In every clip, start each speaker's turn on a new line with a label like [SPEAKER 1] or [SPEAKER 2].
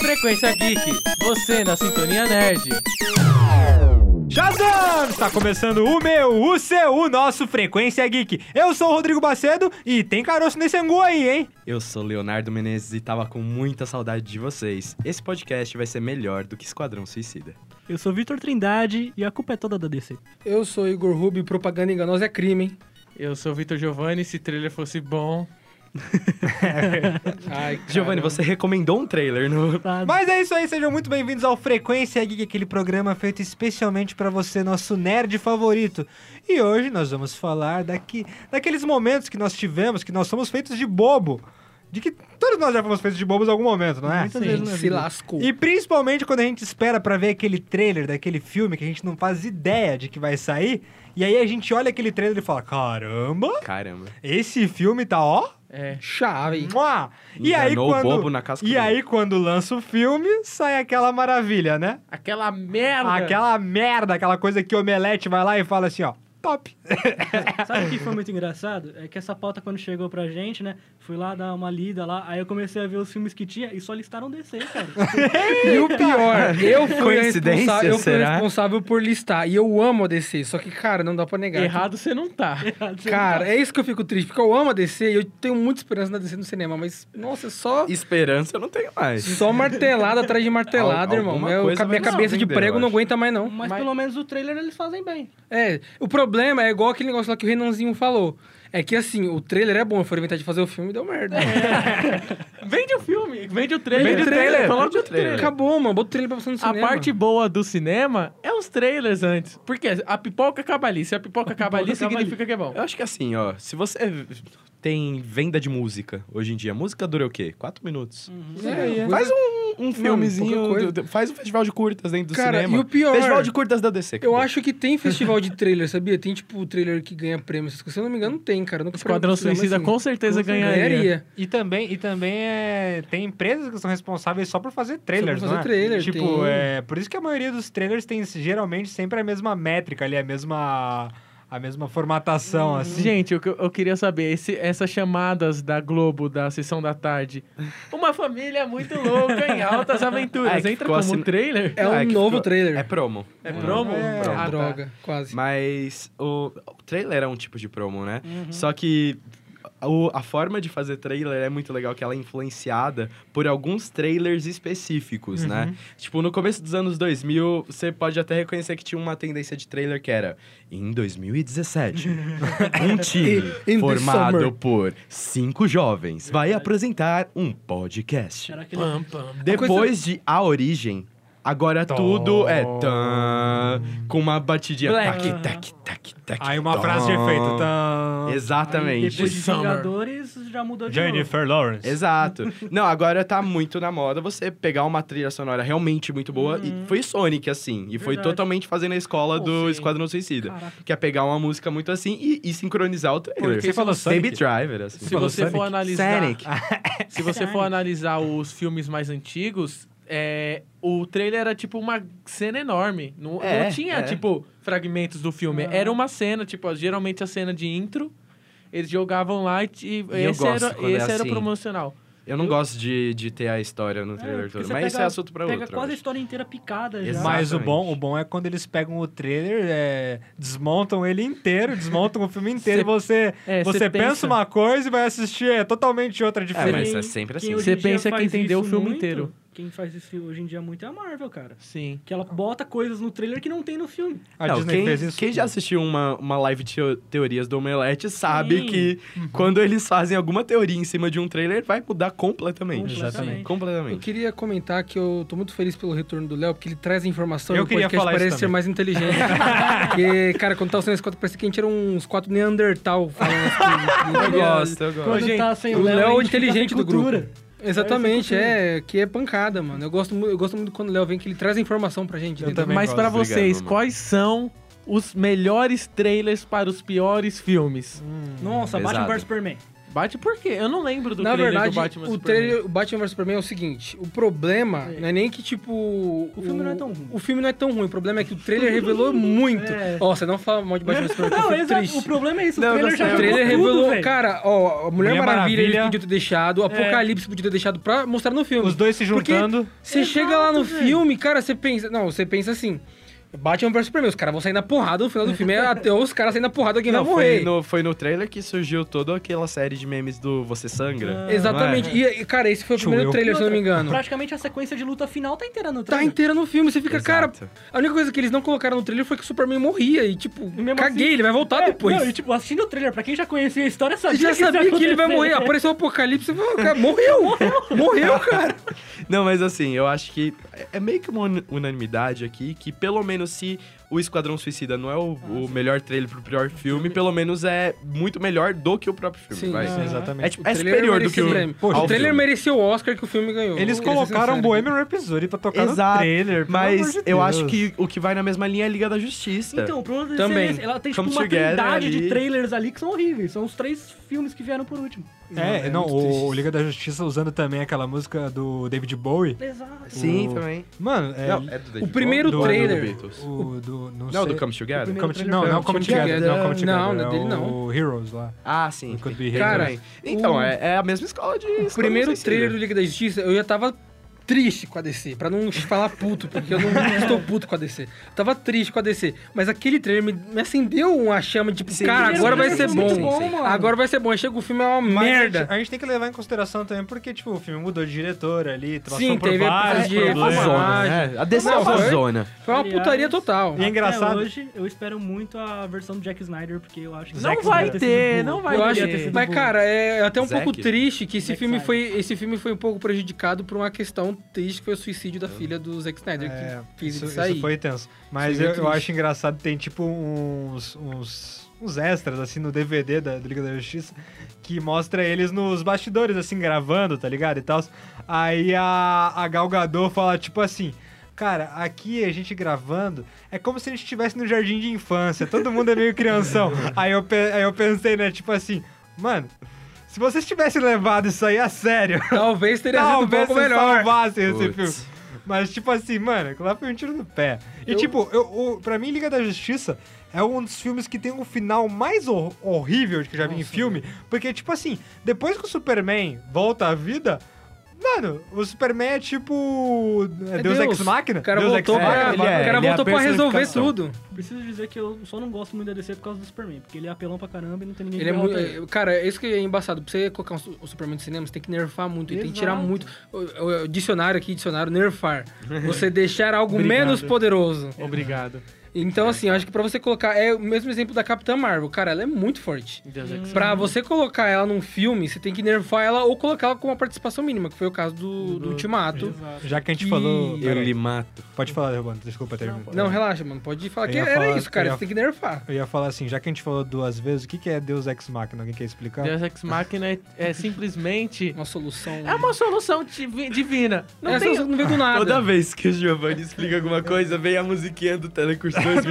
[SPEAKER 1] Frequência Geek, você na Sintonia Nerd.
[SPEAKER 2] Shazam! Está Tá começando o meu, o seu, o nosso Frequência Geek. Eu sou o Rodrigo Bacedo e tem caroço nesse angu aí, hein?
[SPEAKER 3] Eu sou Leonardo Menezes e tava com muita saudade de vocês. Esse podcast vai ser melhor do que Esquadrão Suicida.
[SPEAKER 4] Eu sou Vitor Trindade e a culpa é toda da DC.
[SPEAKER 5] Eu sou Igor Rubi, propaganda enganosa é crime, hein?
[SPEAKER 1] Eu sou o Vitor Giovanni, se trailer fosse bom...
[SPEAKER 5] Ai, cara.
[SPEAKER 3] Giovanni, você recomendou um trailer no.
[SPEAKER 4] Tá?
[SPEAKER 2] Mas é isso aí, sejam muito bem-vindos ao Frequência Geek, aquele programa feito especialmente pra você, nosso nerd favorito. E hoje nós vamos falar daqui, daqueles momentos que nós tivemos, que nós somos feitos de bobo. De que todos nós já fomos feitos de bobos em algum momento, não é?
[SPEAKER 4] Muitas
[SPEAKER 5] A
[SPEAKER 4] vezes
[SPEAKER 5] gente
[SPEAKER 4] na
[SPEAKER 5] se
[SPEAKER 4] vida.
[SPEAKER 3] Tipo,
[SPEAKER 5] lascou.
[SPEAKER 2] E principalmente quando a gente espera pra ver aquele trailer daquele filme que a gente não faz ideia de que vai sair, e aí a gente olha aquele trailer e fala: caramba,
[SPEAKER 3] Caramba.
[SPEAKER 2] esse filme tá ó.
[SPEAKER 1] É,
[SPEAKER 5] Chave.
[SPEAKER 2] Mua! E aí
[SPEAKER 3] Enganou
[SPEAKER 2] quando
[SPEAKER 3] o bobo na casca
[SPEAKER 2] E
[SPEAKER 3] do-
[SPEAKER 2] aí quando lança o filme, sai aquela maravilha, né?
[SPEAKER 1] aquela merda...
[SPEAKER 2] Aquela merda, aquela coisa que o Omelete vai lá e fala assim, ó, top.
[SPEAKER 4] Sabe o que foi muito engraçado? É que essa pauta, quando chegou pra gente, né? Fui lá dar uma lida lá, aí eu comecei a ver os filmes que tinha e só listaram DC, cara.
[SPEAKER 5] E o pior, eu fui, a
[SPEAKER 3] Coincidência,
[SPEAKER 5] responsável, eu fui o
[SPEAKER 3] será?
[SPEAKER 5] responsável por listar. E eu amo a DC, só que, cara, não dá pra negar.
[SPEAKER 1] Errado você não tá.
[SPEAKER 5] Cara, é isso que eu fico triste, porque eu amo a DC e eu tenho muita esperança na DC no cinema, mas, nossa, é só,
[SPEAKER 3] Esperança eu não tenho mais.
[SPEAKER 5] só martelada atrás de martelada,
[SPEAKER 3] Al-
[SPEAKER 5] irmão.
[SPEAKER 3] alguma
[SPEAKER 5] Eu,
[SPEAKER 3] coisa
[SPEAKER 5] a minha
[SPEAKER 3] vai
[SPEAKER 5] cabeça de
[SPEAKER 3] surpreender,
[SPEAKER 5] prego
[SPEAKER 3] eu
[SPEAKER 5] não
[SPEAKER 3] acho.
[SPEAKER 5] aguenta mais, não.
[SPEAKER 4] Mas, pelo menos o trailer eles fazem bem.
[SPEAKER 5] É, o problema é igual aquele negócio lá que o Renanzinho falou. É que assim, o trailer é bom, eu fui inventar de fazer o filme e deu merda.
[SPEAKER 1] Vende o filme, vende o trailer.
[SPEAKER 5] Vende o trailer,
[SPEAKER 1] Coloca
[SPEAKER 3] vende
[SPEAKER 1] o
[SPEAKER 3] o trailer.
[SPEAKER 1] trailer.
[SPEAKER 5] Acabou, mano. Bota o trailer pra passar no
[SPEAKER 1] A
[SPEAKER 5] cinema.
[SPEAKER 1] parte boa do cinema é os trailers antes. Porque a pipoca acaba ali. Se a pipoca acaba ali,
[SPEAKER 4] pipoca acaba
[SPEAKER 1] significa que é bom.
[SPEAKER 3] Eu acho que assim, ó, se você tem venda de música hoje em dia, música dura o quê? Quatro minutos.
[SPEAKER 5] É, é.
[SPEAKER 3] Faz um, um
[SPEAKER 5] pouca
[SPEAKER 3] filmezinho,
[SPEAKER 5] coisa.
[SPEAKER 3] do- do- faz um festival de curtas dentro do
[SPEAKER 5] Cara,
[SPEAKER 3] cinema.
[SPEAKER 5] e o pior-
[SPEAKER 3] Festival de curtas da DC.
[SPEAKER 5] Eu
[SPEAKER 3] acabou.
[SPEAKER 5] acho que tem festival de trailer, sabia? Tem, tipo, trailer que ganha prêmio. essas coisas. Se eu não me engano, tem, cara. Eu Nunca
[SPEAKER 1] Esquadrão
[SPEAKER 5] parei pra
[SPEAKER 1] Suicida
[SPEAKER 5] pensar, mas,
[SPEAKER 1] com certeza
[SPEAKER 5] assim,
[SPEAKER 1] ganharia.
[SPEAKER 2] E também, e também é, tem empresas que são responsáveis só por fazer trailers,
[SPEAKER 5] Só por fazer
[SPEAKER 2] não é?
[SPEAKER 5] trailer,
[SPEAKER 2] tipo,
[SPEAKER 5] tem-
[SPEAKER 2] é, por isso que a maioria dos trailers tem geralmente sempre a mesma métrica ali, a mesma a mesma
[SPEAKER 5] Uhum.
[SPEAKER 2] formatação assim.
[SPEAKER 1] Gente, eu, eu queria saber, esse- essas chamadas da Globo, da sessão da tarde. Uma família muito louca em altas
[SPEAKER 3] Ah,
[SPEAKER 1] aventuras.
[SPEAKER 3] é que
[SPEAKER 1] Entra
[SPEAKER 3] ficou
[SPEAKER 1] como
[SPEAKER 3] assim-
[SPEAKER 1] trailer?
[SPEAKER 5] É um
[SPEAKER 3] Ah, que
[SPEAKER 5] novo
[SPEAKER 3] ficou-
[SPEAKER 5] trailer.
[SPEAKER 3] É promo.
[SPEAKER 1] É promo?
[SPEAKER 2] É,
[SPEAKER 1] Ah, tá.
[SPEAKER 5] Droga, quase.
[SPEAKER 3] Mas o, o trailer é um tipo de promo, né?
[SPEAKER 5] Uhum.
[SPEAKER 3] Só que o- a forma de fazer trailer é muito legal, que ela é influenciada por alguns trailers específicos,
[SPEAKER 5] Uhum.
[SPEAKER 3] né? Tipo, no começo dos anos 2000, você pode até reconhecer que tinha uma tendência de trailer que era em 2017, um time
[SPEAKER 5] In- in the summer.
[SPEAKER 3] formado por cinco jovens vai apresentar um podcast.
[SPEAKER 4] Será que ele...
[SPEAKER 1] Pam, pam.
[SPEAKER 3] Depois de A Origem, agora
[SPEAKER 2] Tom.
[SPEAKER 3] tudo é tan, com uma batidinha
[SPEAKER 1] Black.
[SPEAKER 3] tac, tac, tac, tac.
[SPEAKER 2] Aí uma
[SPEAKER 3] tom.
[SPEAKER 2] frase de efeito. Tão...
[SPEAKER 4] Aí,
[SPEAKER 3] Exatamente.
[SPEAKER 4] depois de
[SPEAKER 1] Summer.
[SPEAKER 4] Vingadores, já mudou de novo.
[SPEAKER 2] Jennifer Lawrence.
[SPEAKER 3] Exato. Não, agora tá muito na moda você pegar uma trilha sonora realmente muito boa. E foi Sonic, assim. E foi
[SPEAKER 4] Verdade.
[SPEAKER 3] totalmente fazendo a escola
[SPEAKER 4] Pô,
[SPEAKER 3] do
[SPEAKER 4] sim.
[SPEAKER 3] Esquadrão Suicida.
[SPEAKER 4] Caraca.
[SPEAKER 3] Que é pegar uma música muito assim e, e sincronizar o trailer.
[SPEAKER 2] Porque você falou
[SPEAKER 3] Baby
[SPEAKER 2] Sonic?
[SPEAKER 3] Driver, assim.
[SPEAKER 1] Se você for analisar,
[SPEAKER 3] Sonic.
[SPEAKER 1] se você for analisar os filmes mais antigos, é, o trailer era tipo uma cena enorme. Não,
[SPEAKER 3] É,
[SPEAKER 1] não tinha
[SPEAKER 3] é.
[SPEAKER 1] tipo fragmentos do filme. Era uma cena, tipo geralmente a cena de intro. Eles jogavam lá e, e
[SPEAKER 3] eu
[SPEAKER 1] esse,
[SPEAKER 3] gosto
[SPEAKER 1] era,
[SPEAKER 3] quando é
[SPEAKER 1] esse era o
[SPEAKER 3] assim.
[SPEAKER 1] promocional.
[SPEAKER 3] Eu não gosto de, de ter a história no trailer
[SPEAKER 4] porque
[SPEAKER 3] todo.
[SPEAKER 4] você
[SPEAKER 3] Mas isso
[SPEAKER 4] pega-
[SPEAKER 3] é assunto pra
[SPEAKER 4] Pega
[SPEAKER 3] outro.
[SPEAKER 4] quase a
[SPEAKER 3] eu acho.
[SPEAKER 4] história inteira picada já.
[SPEAKER 3] Exato.
[SPEAKER 2] Mas o
[SPEAKER 3] Exatamente.
[SPEAKER 2] bom, o bom é quando eles pegam o trailer, é, desmontam ele inteiro, desmontam o filme inteiro.
[SPEAKER 1] Cê-
[SPEAKER 2] e você
[SPEAKER 1] é,
[SPEAKER 2] você
[SPEAKER 1] cê
[SPEAKER 2] pensa,
[SPEAKER 1] pensa.
[SPEAKER 2] uma coisa e vai assistir é totalmente outra
[SPEAKER 3] É,
[SPEAKER 2] diferente.
[SPEAKER 3] mas é sempre assim.
[SPEAKER 4] Quem hoje
[SPEAKER 1] Você
[SPEAKER 4] em dia
[SPEAKER 1] pensa que
[SPEAKER 4] faz
[SPEAKER 1] entendeu o
[SPEAKER 4] isso
[SPEAKER 1] filme
[SPEAKER 4] muito-
[SPEAKER 1] inteiro.
[SPEAKER 4] Quem faz isso hoje em dia muito é a Marvel, cara.
[SPEAKER 1] Sim.
[SPEAKER 4] Que ela bota coisas no trailer que não tem no filme.
[SPEAKER 2] A
[SPEAKER 3] Não,
[SPEAKER 2] Disney
[SPEAKER 3] quem,
[SPEAKER 2] fez isso.
[SPEAKER 3] quem já assistiu uma, uma live de teo- teorias do Omelete sabe
[SPEAKER 4] Sim.
[SPEAKER 3] que
[SPEAKER 5] Uhum.
[SPEAKER 3] quando eles fazem alguma teoria em cima de um trailer, vai mudar completamente.
[SPEAKER 4] Completamente.
[SPEAKER 5] Eu
[SPEAKER 3] Completamente.
[SPEAKER 5] queria comentar que eu tô muito feliz pelo retorno do Léo, porque ele traz a informação
[SPEAKER 2] Eu
[SPEAKER 5] e o
[SPEAKER 2] queria
[SPEAKER 5] podcast
[SPEAKER 2] falar isso
[SPEAKER 5] parece ser
[SPEAKER 2] também.
[SPEAKER 5] mais inteligente. porque, cara, quando tá tava sendo esse quatro, parecia que a gente era uns quatro Neandertal falando assim, as coisas.
[SPEAKER 3] Eu gosto, eu gosto.
[SPEAKER 4] Quando tá sem
[SPEAKER 5] o Léo
[SPEAKER 4] a
[SPEAKER 5] é o
[SPEAKER 4] gente fica
[SPEAKER 5] inteligente
[SPEAKER 4] sem
[SPEAKER 5] do grupo.
[SPEAKER 4] cultura.
[SPEAKER 5] Exatamente, é, que é pancada, mano. Eu gosto, mu- eu gosto muito quando o Léo vem, que ele traz a informação pra gente.
[SPEAKER 2] Eu
[SPEAKER 5] entendeu?
[SPEAKER 2] também
[SPEAKER 1] Mas
[SPEAKER 2] gosto.
[SPEAKER 1] pra
[SPEAKER 3] Obrigado,
[SPEAKER 1] vocês,
[SPEAKER 3] mano.
[SPEAKER 1] quais são os melhores trailers para os piores filmes?
[SPEAKER 4] Nossa, Batman
[SPEAKER 3] Pesado.
[SPEAKER 4] vs Superman.
[SPEAKER 1] Bate por quê? Eu não lembro do
[SPEAKER 5] Na
[SPEAKER 1] trailer
[SPEAKER 5] verdade,
[SPEAKER 1] do Batman
[SPEAKER 5] o
[SPEAKER 1] Superman.
[SPEAKER 5] trailer o Batman vs Superman é o seguinte: o problema
[SPEAKER 4] É.
[SPEAKER 5] não é nem que, tipo. O,
[SPEAKER 4] filme não é tão ruim.
[SPEAKER 5] O filme não é tão ruim. O problema é que o trailer revelou muito.
[SPEAKER 4] É.
[SPEAKER 5] Ó, você não fala mal de Batman vs Superman, que eu
[SPEAKER 4] Não,
[SPEAKER 5] fico
[SPEAKER 4] exato.
[SPEAKER 5] triste.
[SPEAKER 4] O problema é isso.
[SPEAKER 3] Não,
[SPEAKER 4] o
[SPEAKER 3] eu
[SPEAKER 4] trailer já
[SPEAKER 5] O
[SPEAKER 3] gostei.
[SPEAKER 4] jogou
[SPEAKER 5] trailer
[SPEAKER 4] tudo,
[SPEAKER 5] revelou,
[SPEAKER 4] velho. É.
[SPEAKER 5] cara, ó,
[SPEAKER 2] Mulher
[SPEAKER 5] a Mulher Maravilha eles
[SPEAKER 2] Maravilha.
[SPEAKER 5] podiam ter deixado, o Apocalipse podia ter deixado pra mostrar no filme.
[SPEAKER 2] Os dois se
[SPEAKER 5] Porque
[SPEAKER 2] juntando.
[SPEAKER 5] Você
[SPEAKER 4] Exato,
[SPEAKER 5] chega lá no
[SPEAKER 4] velho.
[SPEAKER 5] filme, cara, você pensa. Não, você pensa assim. Batman vs Superman, os caras vão sair na porrada no final do filme, é até os caras saem na porrada, quem
[SPEAKER 3] Não,
[SPEAKER 5] vai
[SPEAKER 3] foi
[SPEAKER 5] morrer.
[SPEAKER 3] no, foi no trailer que surgiu toda aquela série de memes do Você Sangra. não é?
[SPEAKER 5] Exatamente. E, e, cara, esse foi o
[SPEAKER 2] Tio
[SPEAKER 5] primeiro
[SPEAKER 2] Will.
[SPEAKER 5] trailer, se eu não me
[SPEAKER 4] E outra,
[SPEAKER 5] engano.
[SPEAKER 4] Praticamente a sequência de luta final tá inteira no
[SPEAKER 5] Tá
[SPEAKER 4] trailer.
[SPEAKER 5] inteira no filme, você fica, cara.
[SPEAKER 3] Exato.
[SPEAKER 5] A única coisa que eles não colocaram no trailer foi que o Superman morria e, tipo,
[SPEAKER 4] E mesmo
[SPEAKER 5] caguei,
[SPEAKER 4] assim-
[SPEAKER 5] ele vai voltar
[SPEAKER 4] É,
[SPEAKER 5] depois.
[SPEAKER 4] Não, e tipo, assistindo o trailer, pra quem já conhecia a história,
[SPEAKER 5] Eu
[SPEAKER 4] sabia
[SPEAKER 5] já
[SPEAKER 4] que isso ia
[SPEAKER 5] sabia que ele vai
[SPEAKER 4] acontecer.
[SPEAKER 5] morrer. Apareceu o apocalipse e falou, cara, morreu!
[SPEAKER 3] É
[SPEAKER 5] morreu, cara!
[SPEAKER 3] Não, mas assim, eu acho que é- é meio que uma un- unanimidade aqui que pelo menos se o Esquadrão Suicida não é o,
[SPEAKER 5] Ah,
[SPEAKER 3] o melhor trailer pro pior filme, pelo menos é muito melhor do que o próprio filme,
[SPEAKER 5] Sim,
[SPEAKER 3] vai.
[SPEAKER 5] sim,
[SPEAKER 2] exatamente.
[SPEAKER 3] É, tipo,
[SPEAKER 5] O
[SPEAKER 3] é
[SPEAKER 5] trailer
[SPEAKER 3] superior do
[SPEAKER 5] merecia
[SPEAKER 3] que o,
[SPEAKER 5] o prêmio.
[SPEAKER 3] ao
[SPEAKER 5] o trailer é
[SPEAKER 3] filme.
[SPEAKER 5] mereceu o Oscar que o filme ganhou.
[SPEAKER 2] Eles
[SPEAKER 5] Vou
[SPEAKER 2] colocaram
[SPEAKER 5] ser sincero.
[SPEAKER 2] Bohemian Rhapsody pra tocar no
[SPEAKER 3] Exato,
[SPEAKER 2] trailer. pelo amor
[SPEAKER 3] Mas
[SPEAKER 2] de
[SPEAKER 3] eu
[SPEAKER 2] Deus.
[SPEAKER 3] acho que o que vai na mesma linha é a Liga da Justiça.
[SPEAKER 4] Então, o problema desse
[SPEAKER 5] Também.
[SPEAKER 4] é esse. Ela tem tipo
[SPEAKER 3] Come
[SPEAKER 4] uma
[SPEAKER 3] Together
[SPEAKER 4] trindade de
[SPEAKER 3] ali.
[SPEAKER 4] trailers ali que são horríveis. São os três filmes que vieram por último.
[SPEAKER 2] É, não,
[SPEAKER 5] muito
[SPEAKER 2] o,
[SPEAKER 5] triste.
[SPEAKER 2] Liga da Justiça usando também aquela música do David Bowie.
[SPEAKER 4] Exato.
[SPEAKER 3] sim,
[SPEAKER 2] o-
[SPEAKER 3] também.
[SPEAKER 2] Mano, é.
[SPEAKER 3] não, é do David
[SPEAKER 5] o primeiro
[SPEAKER 3] Bowie ou
[SPEAKER 5] trailer-
[SPEAKER 3] Do Beatles?
[SPEAKER 2] O, do, não,
[SPEAKER 3] Não,
[SPEAKER 2] sei.
[SPEAKER 3] do Come Together?
[SPEAKER 2] Come
[SPEAKER 4] trailer
[SPEAKER 2] Não,
[SPEAKER 4] foi
[SPEAKER 2] não
[SPEAKER 4] o
[SPEAKER 2] Come
[SPEAKER 5] Come
[SPEAKER 2] Together.
[SPEAKER 5] Together.
[SPEAKER 2] Não, Come Together.
[SPEAKER 5] Não, não é
[SPEAKER 2] é
[SPEAKER 5] dele, não.
[SPEAKER 2] O Heroes lá.
[SPEAKER 3] Ah, sim.
[SPEAKER 2] It Could Be
[SPEAKER 3] perfeito.
[SPEAKER 5] Cara,
[SPEAKER 3] Também. então,
[SPEAKER 5] o-
[SPEAKER 3] é, é a mesma escola de
[SPEAKER 5] O
[SPEAKER 3] Esquadrão
[SPEAKER 5] primeiro
[SPEAKER 3] Suicida.
[SPEAKER 5] trailer do Liga da Justiça, eu já tava triste com a DC, pra não falar puto, porque eu não estou puto com a DC. Eu tava triste com a DC, mas aquele trailer me, me acendeu uma chama, tipo,
[SPEAKER 3] Sim,
[SPEAKER 5] cara,
[SPEAKER 3] o
[SPEAKER 5] agora vai ser bom.
[SPEAKER 4] primeiro trailer foi é muito bom, mano.
[SPEAKER 5] Agora vai ser bom. Aí chega o filme, é uma
[SPEAKER 2] Mas A
[SPEAKER 5] merda.
[SPEAKER 2] gente, a gente tem que levar em consideração também, porque, tipo, o filme mudou de diretor ali, passou
[SPEAKER 5] Sim,
[SPEAKER 2] por
[SPEAKER 5] teve a
[SPEAKER 2] vários
[SPEAKER 5] parte de-
[SPEAKER 1] É
[SPEAKER 3] Uma
[SPEAKER 5] Foi.
[SPEAKER 2] problemas.
[SPEAKER 3] zona, né? A DC é
[SPEAKER 5] Não,
[SPEAKER 3] uma
[SPEAKER 5] foi-
[SPEAKER 3] zona.
[SPEAKER 5] Foi uma
[SPEAKER 4] Aliás,
[SPEAKER 5] putaria total.
[SPEAKER 2] E é engraçado.
[SPEAKER 4] Até hoje, eu espero muito a versão do Jack Snyder, porque eu acho que...
[SPEAKER 1] Não
[SPEAKER 2] Zack
[SPEAKER 1] vai
[SPEAKER 2] Snyder
[SPEAKER 1] ter, não vai
[SPEAKER 5] Eu acho
[SPEAKER 1] ter.
[SPEAKER 5] que, mas cara, é até um
[SPEAKER 3] Zack.
[SPEAKER 5] pouco triste que esse
[SPEAKER 4] Zack
[SPEAKER 5] filme
[SPEAKER 4] Snyder.
[SPEAKER 5] foi esse filme foi um pouco prejudicado por uma questão triste que foi o suicídio da filha do Zack Snyder
[SPEAKER 2] É,
[SPEAKER 5] que fez
[SPEAKER 2] isso,
[SPEAKER 5] isso,
[SPEAKER 2] isso
[SPEAKER 5] aí.
[SPEAKER 2] foi tenso. Mas
[SPEAKER 5] Isso aí
[SPEAKER 2] eu,
[SPEAKER 5] é
[SPEAKER 2] eu
[SPEAKER 5] triste.
[SPEAKER 2] acho engraçado, tem tipo uns, uns, uns extras, assim, no DVD da, do Liga da Justiça, que mostra eles nos bastidores, assim, gravando, tá ligado? E tal. Aí a, a Gal Gadot fala, tipo assim... Cara, aqui a gente gravando é como se a gente estivesse no jardim de infância. Todo mundo é meio crianção. aí, eu, pe- aí eu pensei, né? Tipo assim, mano, se vocês tivessem levado isso aí a sério,
[SPEAKER 5] Talvez teria sido um
[SPEAKER 2] Talvez
[SPEAKER 5] pouco
[SPEAKER 2] se
[SPEAKER 5] melhor.
[SPEAKER 2] salvasse esse
[SPEAKER 3] Putz.
[SPEAKER 2] filme. Mas, tipo assim, mano, aquilo lá foi um tiro no pé. E, tipo, eu, o- pra mim, Liga da Justiça é um dos filmes que tem um final mais hor- horrível que eu já vi em filme. Porque, tipo assim, depois que o Superman volta à vida, mano, o Superman é tipo. É Deus, Ex Machina?
[SPEAKER 5] O cara
[SPEAKER 2] Deus
[SPEAKER 5] voltou
[SPEAKER 2] Ex
[SPEAKER 5] pra,
[SPEAKER 2] Machina.
[SPEAKER 3] ele é-
[SPEAKER 5] o cara
[SPEAKER 3] ele é a
[SPEAKER 5] voltou pra resolver
[SPEAKER 3] personificação.
[SPEAKER 5] tudo.
[SPEAKER 4] Preciso dizer que eu só não gosto muito da DC por causa do Superman, porque ele é apelão pra caramba e não tem ninguém
[SPEAKER 5] Ele é
[SPEAKER 4] que
[SPEAKER 5] muito,
[SPEAKER 4] derrota
[SPEAKER 5] é, cara, é isso que é embaçado. Pra você colocar um, su- um Superman no cinema, você tem que nerfar muito. E tem que tirar
[SPEAKER 4] Exato.
[SPEAKER 5] muito. O, o- o dicionário aqui, dicionário, nerfar. Você deixar algo menos poderoso.
[SPEAKER 1] Obrigado.
[SPEAKER 5] Então, assim, eu acho que pra você colocar. É o mesmo exemplo da Capitã Marvel. Cara, ela é muito forte. Hum.
[SPEAKER 1] Deus é que
[SPEAKER 5] Pra você colocar ela num filme, você tem que nerfar ela ou colocar ela com uma participação mínima, que foi o caso do, do Ultimato.
[SPEAKER 2] Já que a gente
[SPEAKER 5] Ih,
[SPEAKER 2] falou.
[SPEAKER 5] eu
[SPEAKER 3] Eu
[SPEAKER 2] Peraí,
[SPEAKER 3] lhe mato.
[SPEAKER 2] Pode falar, Rebando, desculpa, termina.
[SPEAKER 5] Não, relaxa, mano. Pode falar
[SPEAKER 2] Eu
[SPEAKER 5] que
[SPEAKER 2] ia
[SPEAKER 5] era
[SPEAKER 2] falar-
[SPEAKER 5] isso, cara.
[SPEAKER 2] eu ia-
[SPEAKER 5] Você tem que nerfar.
[SPEAKER 2] Eu ia falar assim, já que a gente falou duas vezes, o que que é Deus Ex Machina? Alguém quer explicar?
[SPEAKER 1] Deus Ex Machina é, é simplesmente...
[SPEAKER 5] Uma solução.
[SPEAKER 1] É uma solução divi- divina. Não
[SPEAKER 5] Essa
[SPEAKER 1] tem...
[SPEAKER 5] solução não veio do nada.
[SPEAKER 3] Toda vez que o Giovanni explica alguma coisa, vem a musiquinha do Telecursores.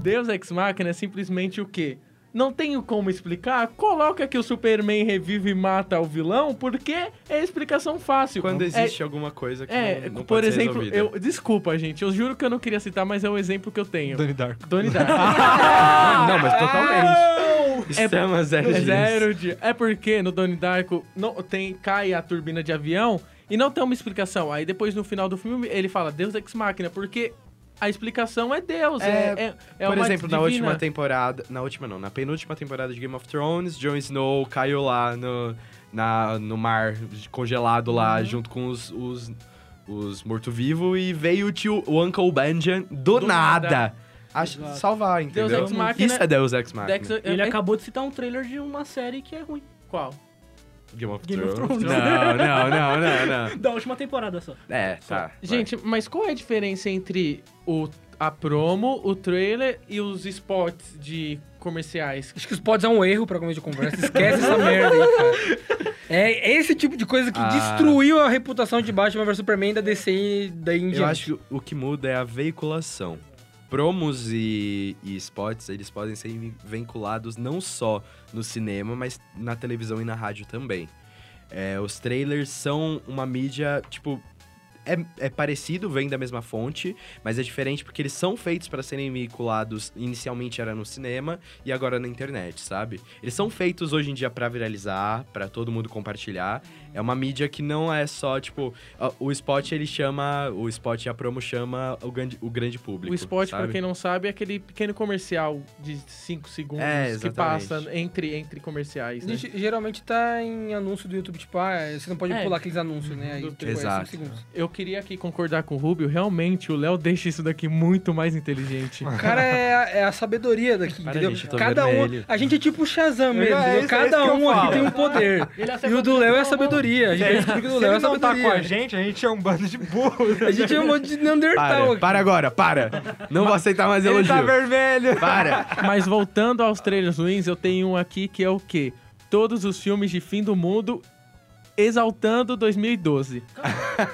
[SPEAKER 1] Deus Ex Machina é simplesmente o quê? Não tenho como explicar? Coloca que o Superman revive e mata o vilão, porque é explicação fácil.
[SPEAKER 3] Quando
[SPEAKER 1] É-
[SPEAKER 3] existe alguma coisa que
[SPEAKER 1] É,
[SPEAKER 3] não, não
[SPEAKER 1] por
[SPEAKER 3] pode ser
[SPEAKER 1] exemplo,
[SPEAKER 3] resolvida.
[SPEAKER 1] eu, desculpa, gente, eu juro que eu não queria citar, mas é um exemplo que eu tenho.
[SPEAKER 2] Donnie Darko.
[SPEAKER 1] Donnie Darko.
[SPEAKER 3] Não, mas totalmente. Isso Ah, é uma zero
[SPEAKER 1] é
[SPEAKER 3] dias.
[SPEAKER 1] zero de. É porque no Donnie Darko não, tem, cai a turbina de avião e não tem uma explicação. Aí depois no final do filme ele fala Deus Ex Machina, porque a explicação é Deus. É, é, é
[SPEAKER 3] Por
[SPEAKER 1] uma
[SPEAKER 3] exemplo, na
[SPEAKER 1] divina.
[SPEAKER 3] última temporada... Na última não, na penúltima temporada de Game of Thrones, Jon Snow caiu lá no, na, no mar congelado lá,
[SPEAKER 1] Uhum.
[SPEAKER 3] junto com os... os os morto-vivo e veio o tio o Uncle Benjamin do,
[SPEAKER 1] Do
[SPEAKER 3] nada.
[SPEAKER 1] nada.
[SPEAKER 3] Acho- salvar, entendeu?
[SPEAKER 1] Deus Ex Machina-
[SPEAKER 3] Isso é Deus Ex Machina.
[SPEAKER 1] Dex- é-
[SPEAKER 4] Ele
[SPEAKER 1] é-
[SPEAKER 4] acabou de citar um trailer de uma série que é ruim.
[SPEAKER 1] Qual?
[SPEAKER 3] Game of
[SPEAKER 4] Game of
[SPEAKER 3] Thrones.
[SPEAKER 4] Thrones.
[SPEAKER 3] Não, não, não, não, não.
[SPEAKER 4] Da última temporada só.
[SPEAKER 3] É, tá. vai.
[SPEAKER 1] Gente, mas qual é a diferença entre o, a promo, o trailer e os spots de comerciais?
[SPEAKER 5] Acho que isso pode ser um erro pra começo de conversa. Esquece essa merda aí, cara. É esse tipo de coisa que
[SPEAKER 3] Ah.
[SPEAKER 5] destruiu a reputação de Batman vs Superman da DC e da
[SPEAKER 3] eu
[SPEAKER 5] Índia.
[SPEAKER 3] acho que o que muda é a veiculação. promos e, e spots, eles podem ser vi- vinculados não só no cinema, mas na televisão e na rádio também. É, os trailers são uma mídia, tipo. É, é parecido, vem da mesma fonte, mas é diferente porque eles são feitos para serem veiculados. Inicialmente era no cinema e agora na internet, sabe? Eles são feitos hoje em dia para viralizar, para todo mundo compartilhar. É uma mídia que não é só, tipo, a- o spot ele chama, o spot e a promo chama o grande, o grande público.
[SPEAKER 1] O spot,
[SPEAKER 3] sabe?
[SPEAKER 1] pra quem não sabe, é aquele pequeno comercial de 5 segundos
[SPEAKER 3] É,
[SPEAKER 1] que
[SPEAKER 3] exatamente.
[SPEAKER 1] passa entre, entre comerciais, né?
[SPEAKER 5] Gente, Geralmente tá em anúncio do YouTube, tipo, ah, você não pode
[SPEAKER 1] É.
[SPEAKER 5] pular aqueles anúncios, né? Aí,
[SPEAKER 1] Do-
[SPEAKER 5] tipo, é
[SPEAKER 3] Exato.
[SPEAKER 5] cinco segundos.
[SPEAKER 1] Eu queria aqui concordar com o Rubio, realmente o Léo deixa isso daqui muito mais inteligente.
[SPEAKER 5] O cara é a, é a sabedoria daqui,
[SPEAKER 3] Para,
[SPEAKER 5] entendeu?
[SPEAKER 3] gente, eu tô
[SPEAKER 5] Cada um.
[SPEAKER 3] vermelho.
[SPEAKER 5] A gente é tipo o Shazam mesmo.
[SPEAKER 2] É, é
[SPEAKER 5] entendeu?
[SPEAKER 2] isso- é
[SPEAKER 5] Cada
[SPEAKER 2] isso que eu
[SPEAKER 5] um aqui
[SPEAKER 2] falo.
[SPEAKER 5] tem um poder. E o do Léo é a sabedoria. A gente vai descobrir que o do
[SPEAKER 2] Se
[SPEAKER 5] Léo é a
[SPEAKER 2] ele não tá
[SPEAKER 5] sabedoria.
[SPEAKER 2] com a gente, a gente é um bando de burros.
[SPEAKER 5] A gente é um monte de
[SPEAKER 1] tá
[SPEAKER 5] Neandertal
[SPEAKER 3] Para,
[SPEAKER 5] aqui.
[SPEAKER 3] para agora, para. Não vou aceitar mais
[SPEAKER 2] Ele
[SPEAKER 3] elogio.
[SPEAKER 2] tá vermelho.
[SPEAKER 3] Para.
[SPEAKER 1] Mas voltando aos trailers ruins, eu tenho um aqui que é o quê? Todos os filmes de fim do mundo exaltando 2012.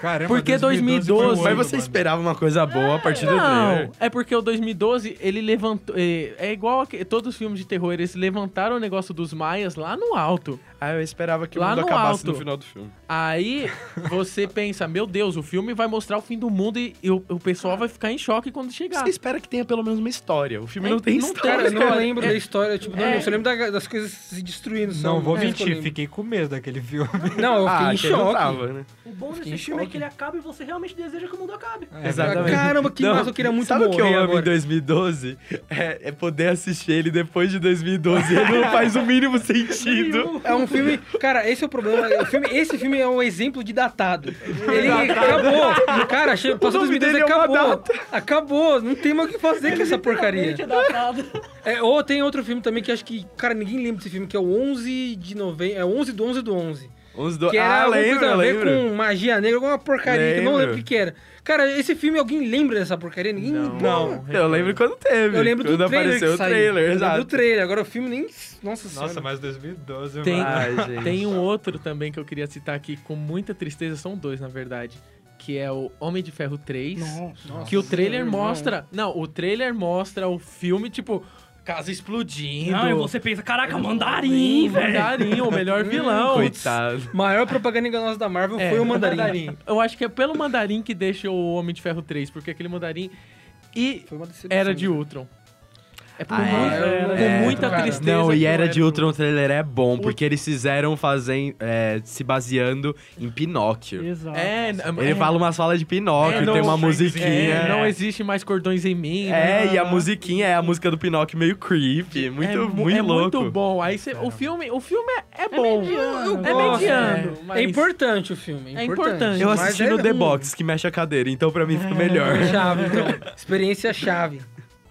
[SPEAKER 2] Caramba,
[SPEAKER 1] Porque 2012
[SPEAKER 2] foi
[SPEAKER 3] Mas
[SPEAKER 2] um
[SPEAKER 3] você
[SPEAKER 2] ano, mano.
[SPEAKER 3] esperava uma coisa boa a partir do trailer.
[SPEAKER 1] Não, é porque o 2012, ele levantou... É, é igual a que- todos os filmes de terror, eles levantaram o negócio dos maias lá no alto.
[SPEAKER 3] Ah, eu esperava que
[SPEAKER 1] Lá
[SPEAKER 3] o mundo
[SPEAKER 1] no
[SPEAKER 3] acabasse
[SPEAKER 1] alto.
[SPEAKER 3] no final do filme.
[SPEAKER 1] Aí você pensa, meu Deus, o filme vai mostrar o fim do mundo e, e o, o pessoal vai ficar em choque quando chegar.
[SPEAKER 3] Você espera que tenha pelo menos uma história. O filme
[SPEAKER 1] É,
[SPEAKER 3] não tem
[SPEAKER 1] não
[SPEAKER 3] história.
[SPEAKER 5] Cara, eu não
[SPEAKER 1] Cara,
[SPEAKER 5] lembro
[SPEAKER 1] é-
[SPEAKER 5] da história. Tipo, não,
[SPEAKER 1] é-
[SPEAKER 5] eu só lembro da- das coisas se destruindo. só,
[SPEAKER 2] Não vou
[SPEAKER 5] é isso que
[SPEAKER 2] mentir,
[SPEAKER 5] eu lembro.
[SPEAKER 2] fiquei com medo daquele filme.
[SPEAKER 5] Não, eu fiquei
[SPEAKER 3] Ah,
[SPEAKER 5] em
[SPEAKER 3] achei que não
[SPEAKER 5] choque.
[SPEAKER 3] tava, né?
[SPEAKER 4] O bom
[SPEAKER 5] Fiquei em
[SPEAKER 4] desse filme é
[SPEAKER 5] choque.
[SPEAKER 4] que ele acaba e você realmente deseja que o mundo acabe.
[SPEAKER 3] É. Exatamente.
[SPEAKER 5] Caramba, que
[SPEAKER 3] Não,
[SPEAKER 5] massa, eu queria muito
[SPEAKER 3] Sabe o que eu
[SPEAKER 5] morrer
[SPEAKER 3] amo
[SPEAKER 5] agora.
[SPEAKER 3] em 2012? É, é poder assistir ele depois de 2012. Ele não faz o mínimo sentido.
[SPEAKER 5] É um filme. Cara, esse é o problema. O filme- esse filme é um exemplo de datado. Ele acabou. Cara, che- passou
[SPEAKER 3] O nome
[SPEAKER 5] 2012
[SPEAKER 3] dele é uma
[SPEAKER 5] acabou.
[SPEAKER 3] data.
[SPEAKER 5] Acabou. Não tem mais o que fazer com essa porcaria.
[SPEAKER 4] Realmente é datado.
[SPEAKER 5] É, ou tem outro filme também que acho que. Cara, ninguém lembra desse filme, que é o 11 de novembro. É 11 do 11 do 11.
[SPEAKER 3] Uns do...
[SPEAKER 5] Que era
[SPEAKER 3] Ah,
[SPEAKER 5] alguma
[SPEAKER 3] lembro,
[SPEAKER 5] coisa a ver
[SPEAKER 3] lembro.
[SPEAKER 5] com magia negra, alguma porcaria que eu não lembro
[SPEAKER 3] Lembro.
[SPEAKER 5] o que, que era. Cara, esse filme, alguém lembra dessa porcaria? Ninguém. Pô,
[SPEAKER 1] não.
[SPEAKER 3] Eu lembro quando teve.
[SPEAKER 5] Eu lembro do
[SPEAKER 3] quando
[SPEAKER 5] trailer.
[SPEAKER 3] apareceu
[SPEAKER 5] que
[SPEAKER 3] o
[SPEAKER 5] saiu.
[SPEAKER 3] trailer,
[SPEAKER 5] eu
[SPEAKER 3] exato.
[SPEAKER 5] lembro do trailer. Agora o filme nem. Nossa,
[SPEAKER 2] Nossa,
[SPEAKER 5] senhora.
[SPEAKER 2] mas 2012,
[SPEAKER 1] Tem,
[SPEAKER 2] mano.
[SPEAKER 3] Ai, gente.
[SPEAKER 1] tem um outro também que eu queria citar aqui com muita tristeza, são dois na verdade, que é o Homem de Ferro 3, que o trailer
[SPEAKER 5] Nossa, é
[SPEAKER 1] mostra, não. o trailer mostra o filme tipo casa explodindo.
[SPEAKER 5] Ah,
[SPEAKER 4] Não, e você pensa, caraca, mandarim, velho.
[SPEAKER 1] Mandarim, o melhor
[SPEAKER 5] um-
[SPEAKER 1] vilão.
[SPEAKER 3] Coitado.
[SPEAKER 5] Maior propaganda enganosa da Marvel
[SPEAKER 1] É,
[SPEAKER 5] Hum, foi o Mandarim.
[SPEAKER 1] Eu acho que é pelo Mandarim que deixa o Homem de Ferro 3, porque aquele Mandarim e
[SPEAKER 5] Foi uma decepção.
[SPEAKER 1] Era de Ultron. É por
[SPEAKER 3] Ah,
[SPEAKER 1] muito-
[SPEAKER 5] é?
[SPEAKER 1] com
[SPEAKER 5] É.
[SPEAKER 1] muita
[SPEAKER 5] Cara,
[SPEAKER 1] tristeza.
[SPEAKER 3] Não, e
[SPEAKER 1] que
[SPEAKER 3] Era
[SPEAKER 1] eu
[SPEAKER 3] de
[SPEAKER 1] pro-
[SPEAKER 3] Ultron o trailer é bom, porque eles fizeram fazendo, é, se baseando em Pinóquio.
[SPEAKER 4] Exato.
[SPEAKER 1] É,
[SPEAKER 3] Ele fala umas falas de Pinóquio, tem uma musiquinha.
[SPEAKER 1] É, não
[SPEAKER 3] É,
[SPEAKER 1] existe mais cordões em mim. né?
[SPEAKER 3] e a musiquinha é a música do Pinóquio meio creepy, muito,
[SPEAKER 1] é, mu-
[SPEAKER 3] muito
[SPEAKER 1] é
[SPEAKER 3] louco.
[SPEAKER 1] muito bom. Aí cê- o filme, o filme é, é bom.
[SPEAKER 5] Eu
[SPEAKER 1] É
[SPEAKER 5] gosto,
[SPEAKER 1] mediano,
[SPEAKER 5] é.
[SPEAKER 1] mas-
[SPEAKER 5] É importante o filme.
[SPEAKER 1] É
[SPEAKER 5] É
[SPEAKER 1] importante.
[SPEAKER 5] importante.
[SPEAKER 3] Eu
[SPEAKER 5] mas
[SPEAKER 3] assisti
[SPEAKER 5] é
[SPEAKER 3] no The
[SPEAKER 5] ruim.
[SPEAKER 3] Box, que mexe a cadeira, então pra mim fica melhor.
[SPEAKER 5] Chave, então. Experiência chave.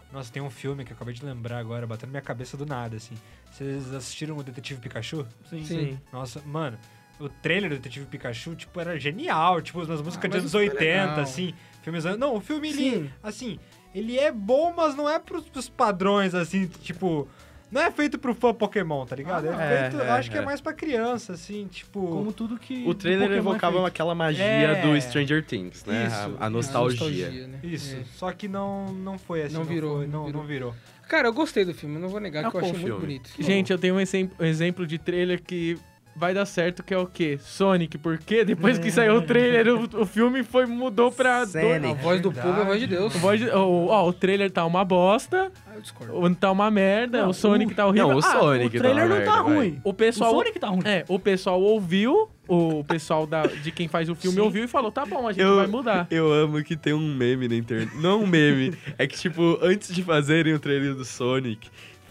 [SPEAKER 2] Nossa, tem um filme que eu acabei de lembrar agora, batendo minha cabeça do nada, assim. Vocês assistiram o Detetive Pikachu?
[SPEAKER 4] Sim.
[SPEAKER 5] Sim.
[SPEAKER 2] Nossa, mano, o trailer do Detetive Pikachu, tipo, era genial. Tipo, nas músicas dos
[SPEAKER 5] mas
[SPEAKER 2] anos
[SPEAKER 5] o filme é
[SPEAKER 2] 80,
[SPEAKER 5] legal.
[SPEAKER 2] assim. Filmes... an- Não, o filme, ele,
[SPEAKER 5] Sim.
[SPEAKER 2] assim, ele é bom, mas não é pros, pros padrões, assim, tipo... Não é feito pro fã Pokémon, tá ligado?
[SPEAKER 5] Ah,
[SPEAKER 2] é
[SPEAKER 3] É,
[SPEAKER 2] feito,
[SPEAKER 3] é,
[SPEAKER 2] acho que é
[SPEAKER 3] é.
[SPEAKER 2] mais pra criança, assim, tipo...
[SPEAKER 4] Como tudo que.
[SPEAKER 3] O trailer
[SPEAKER 4] Pokémon é
[SPEAKER 3] evocava
[SPEAKER 4] feito.
[SPEAKER 3] aquela magia
[SPEAKER 2] É.
[SPEAKER 3] do Stranger Things, né? A-
[SPEAKER 2] Isso.
[SPEAKER 3] a, nostalgia.
[SPEAKER 5] né?
[SPEAKER 2] Isso,
[SPEAKER 5] É.
[SPEAKER 2] só que não, não foi assim.
[SPEAKER 5] Não virou,
[SPEAKER 2] foi,
[SPEAKER 5] não
[SPEAKER 2] não, não virou.
[SPEAKER 5] É. Cara, eu gostei do filme, não vou negar
[SPEAKER 3] É um
[SPEAKER 5] que eu achei
[SPEAKER 3] bom
[SPEAKER 5] muito
[SPEAKER 3] filme.
[SPEAKER 5] bonito.
[SPEAKER 1] Gente, eu tenho um exem- um exemplo de trailer que vai dar certo, que é o quê? Sonic, porque depois que saiu o trailer, o, o filme foi, mudou pra... do-
[SPEAKER 5] a voz do povo é a voz de Deus.
[SPEAKER 1] O voz de- o- ó, o trailer tá uma bosta,
[SPEAKER 5] Ah, eu discordo.
[SPEAKER 1] o- tá uma merda, o Sonic tá horrível.
[SPEAKER 3] Não, o
[SPEAKER 1] Ah,
[SPEAKER 3] Sonic.
[SPEAKER 4] O trailer não
[SPEAKER 3] merda,
[SPEAKER 4] tá
[SPEAKER 3] vai.
[SPEAKER 4] ruim.
[SPEAKER 1] O
[SPEAKER 4] O
[SPEAKER 1] pessoal
[SPEAKER 4] Sonic tá ruim.
[SPEAKER 1] É, o pessoal ouviu, o pessoal da, de quem faz o filme ouviu e falou, tá bom, a gente
[SPEAKER 3] Eu-
[SPEAKER 1] vai mudar.
[SPEAKER 3] Eu amo que tem um meme na internet. Não um meme, é que, tipo, antes de fazerem o trailer do Sonic,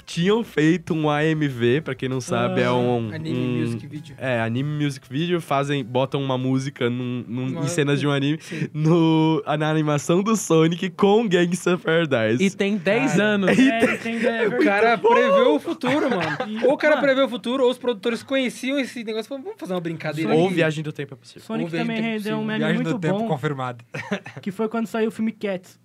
[SPEAKER 3] tinham feito um AMV, pra quem não sabe, é um.
[SPEAKER 5] Anime
[SPEAKER 3] um-
[SPEAKER 5] Music Video.
[SPEAKER 3] É, anime music video, fazem, botam uma música num- num-
[SPEAKER 5] Uma-
[SPEAKER 3] em cenas de um anime no, na animação do Sonic com Gangsta Paradise.
[SPEAKER 1] E tem 10 anos.
[SPEAKER 4] É, tem ideia,
[SPEAKER 5] O cara preveu o futuro,
[SPEAKER 4] E,
[SPEAKER 5] mano. Ou o cara
[SPEAKER 4] mano.
[SPEAKER 5] preveu o futuro, ou os produtores conheciam esse negócio e falaram, vamos fazer uma brincadeira
[SPEAKER 3] Ou
[SPEAKER 5] aqui.
[SPEAKER 3] Viagem do Tempo é possível.
[SPEAKER 4] Sonic
[SPEAKER 5] Houve aí
[SPEAKER 4] também
[SPEAKER 5] tempo,
[SPEAKER 4] rendeu
[SPEAKER 5] sim.
[SPEAKER 4] um meme
[SPEAKER 2] Viagem
[SPEAKER 4] muito
[SPEAKER 2] do tempo
[SPEAKER 4] bom,
[SPEAKER 2] confirmada.
[SPEAKER 4] que foi quando saiu o filme Cats.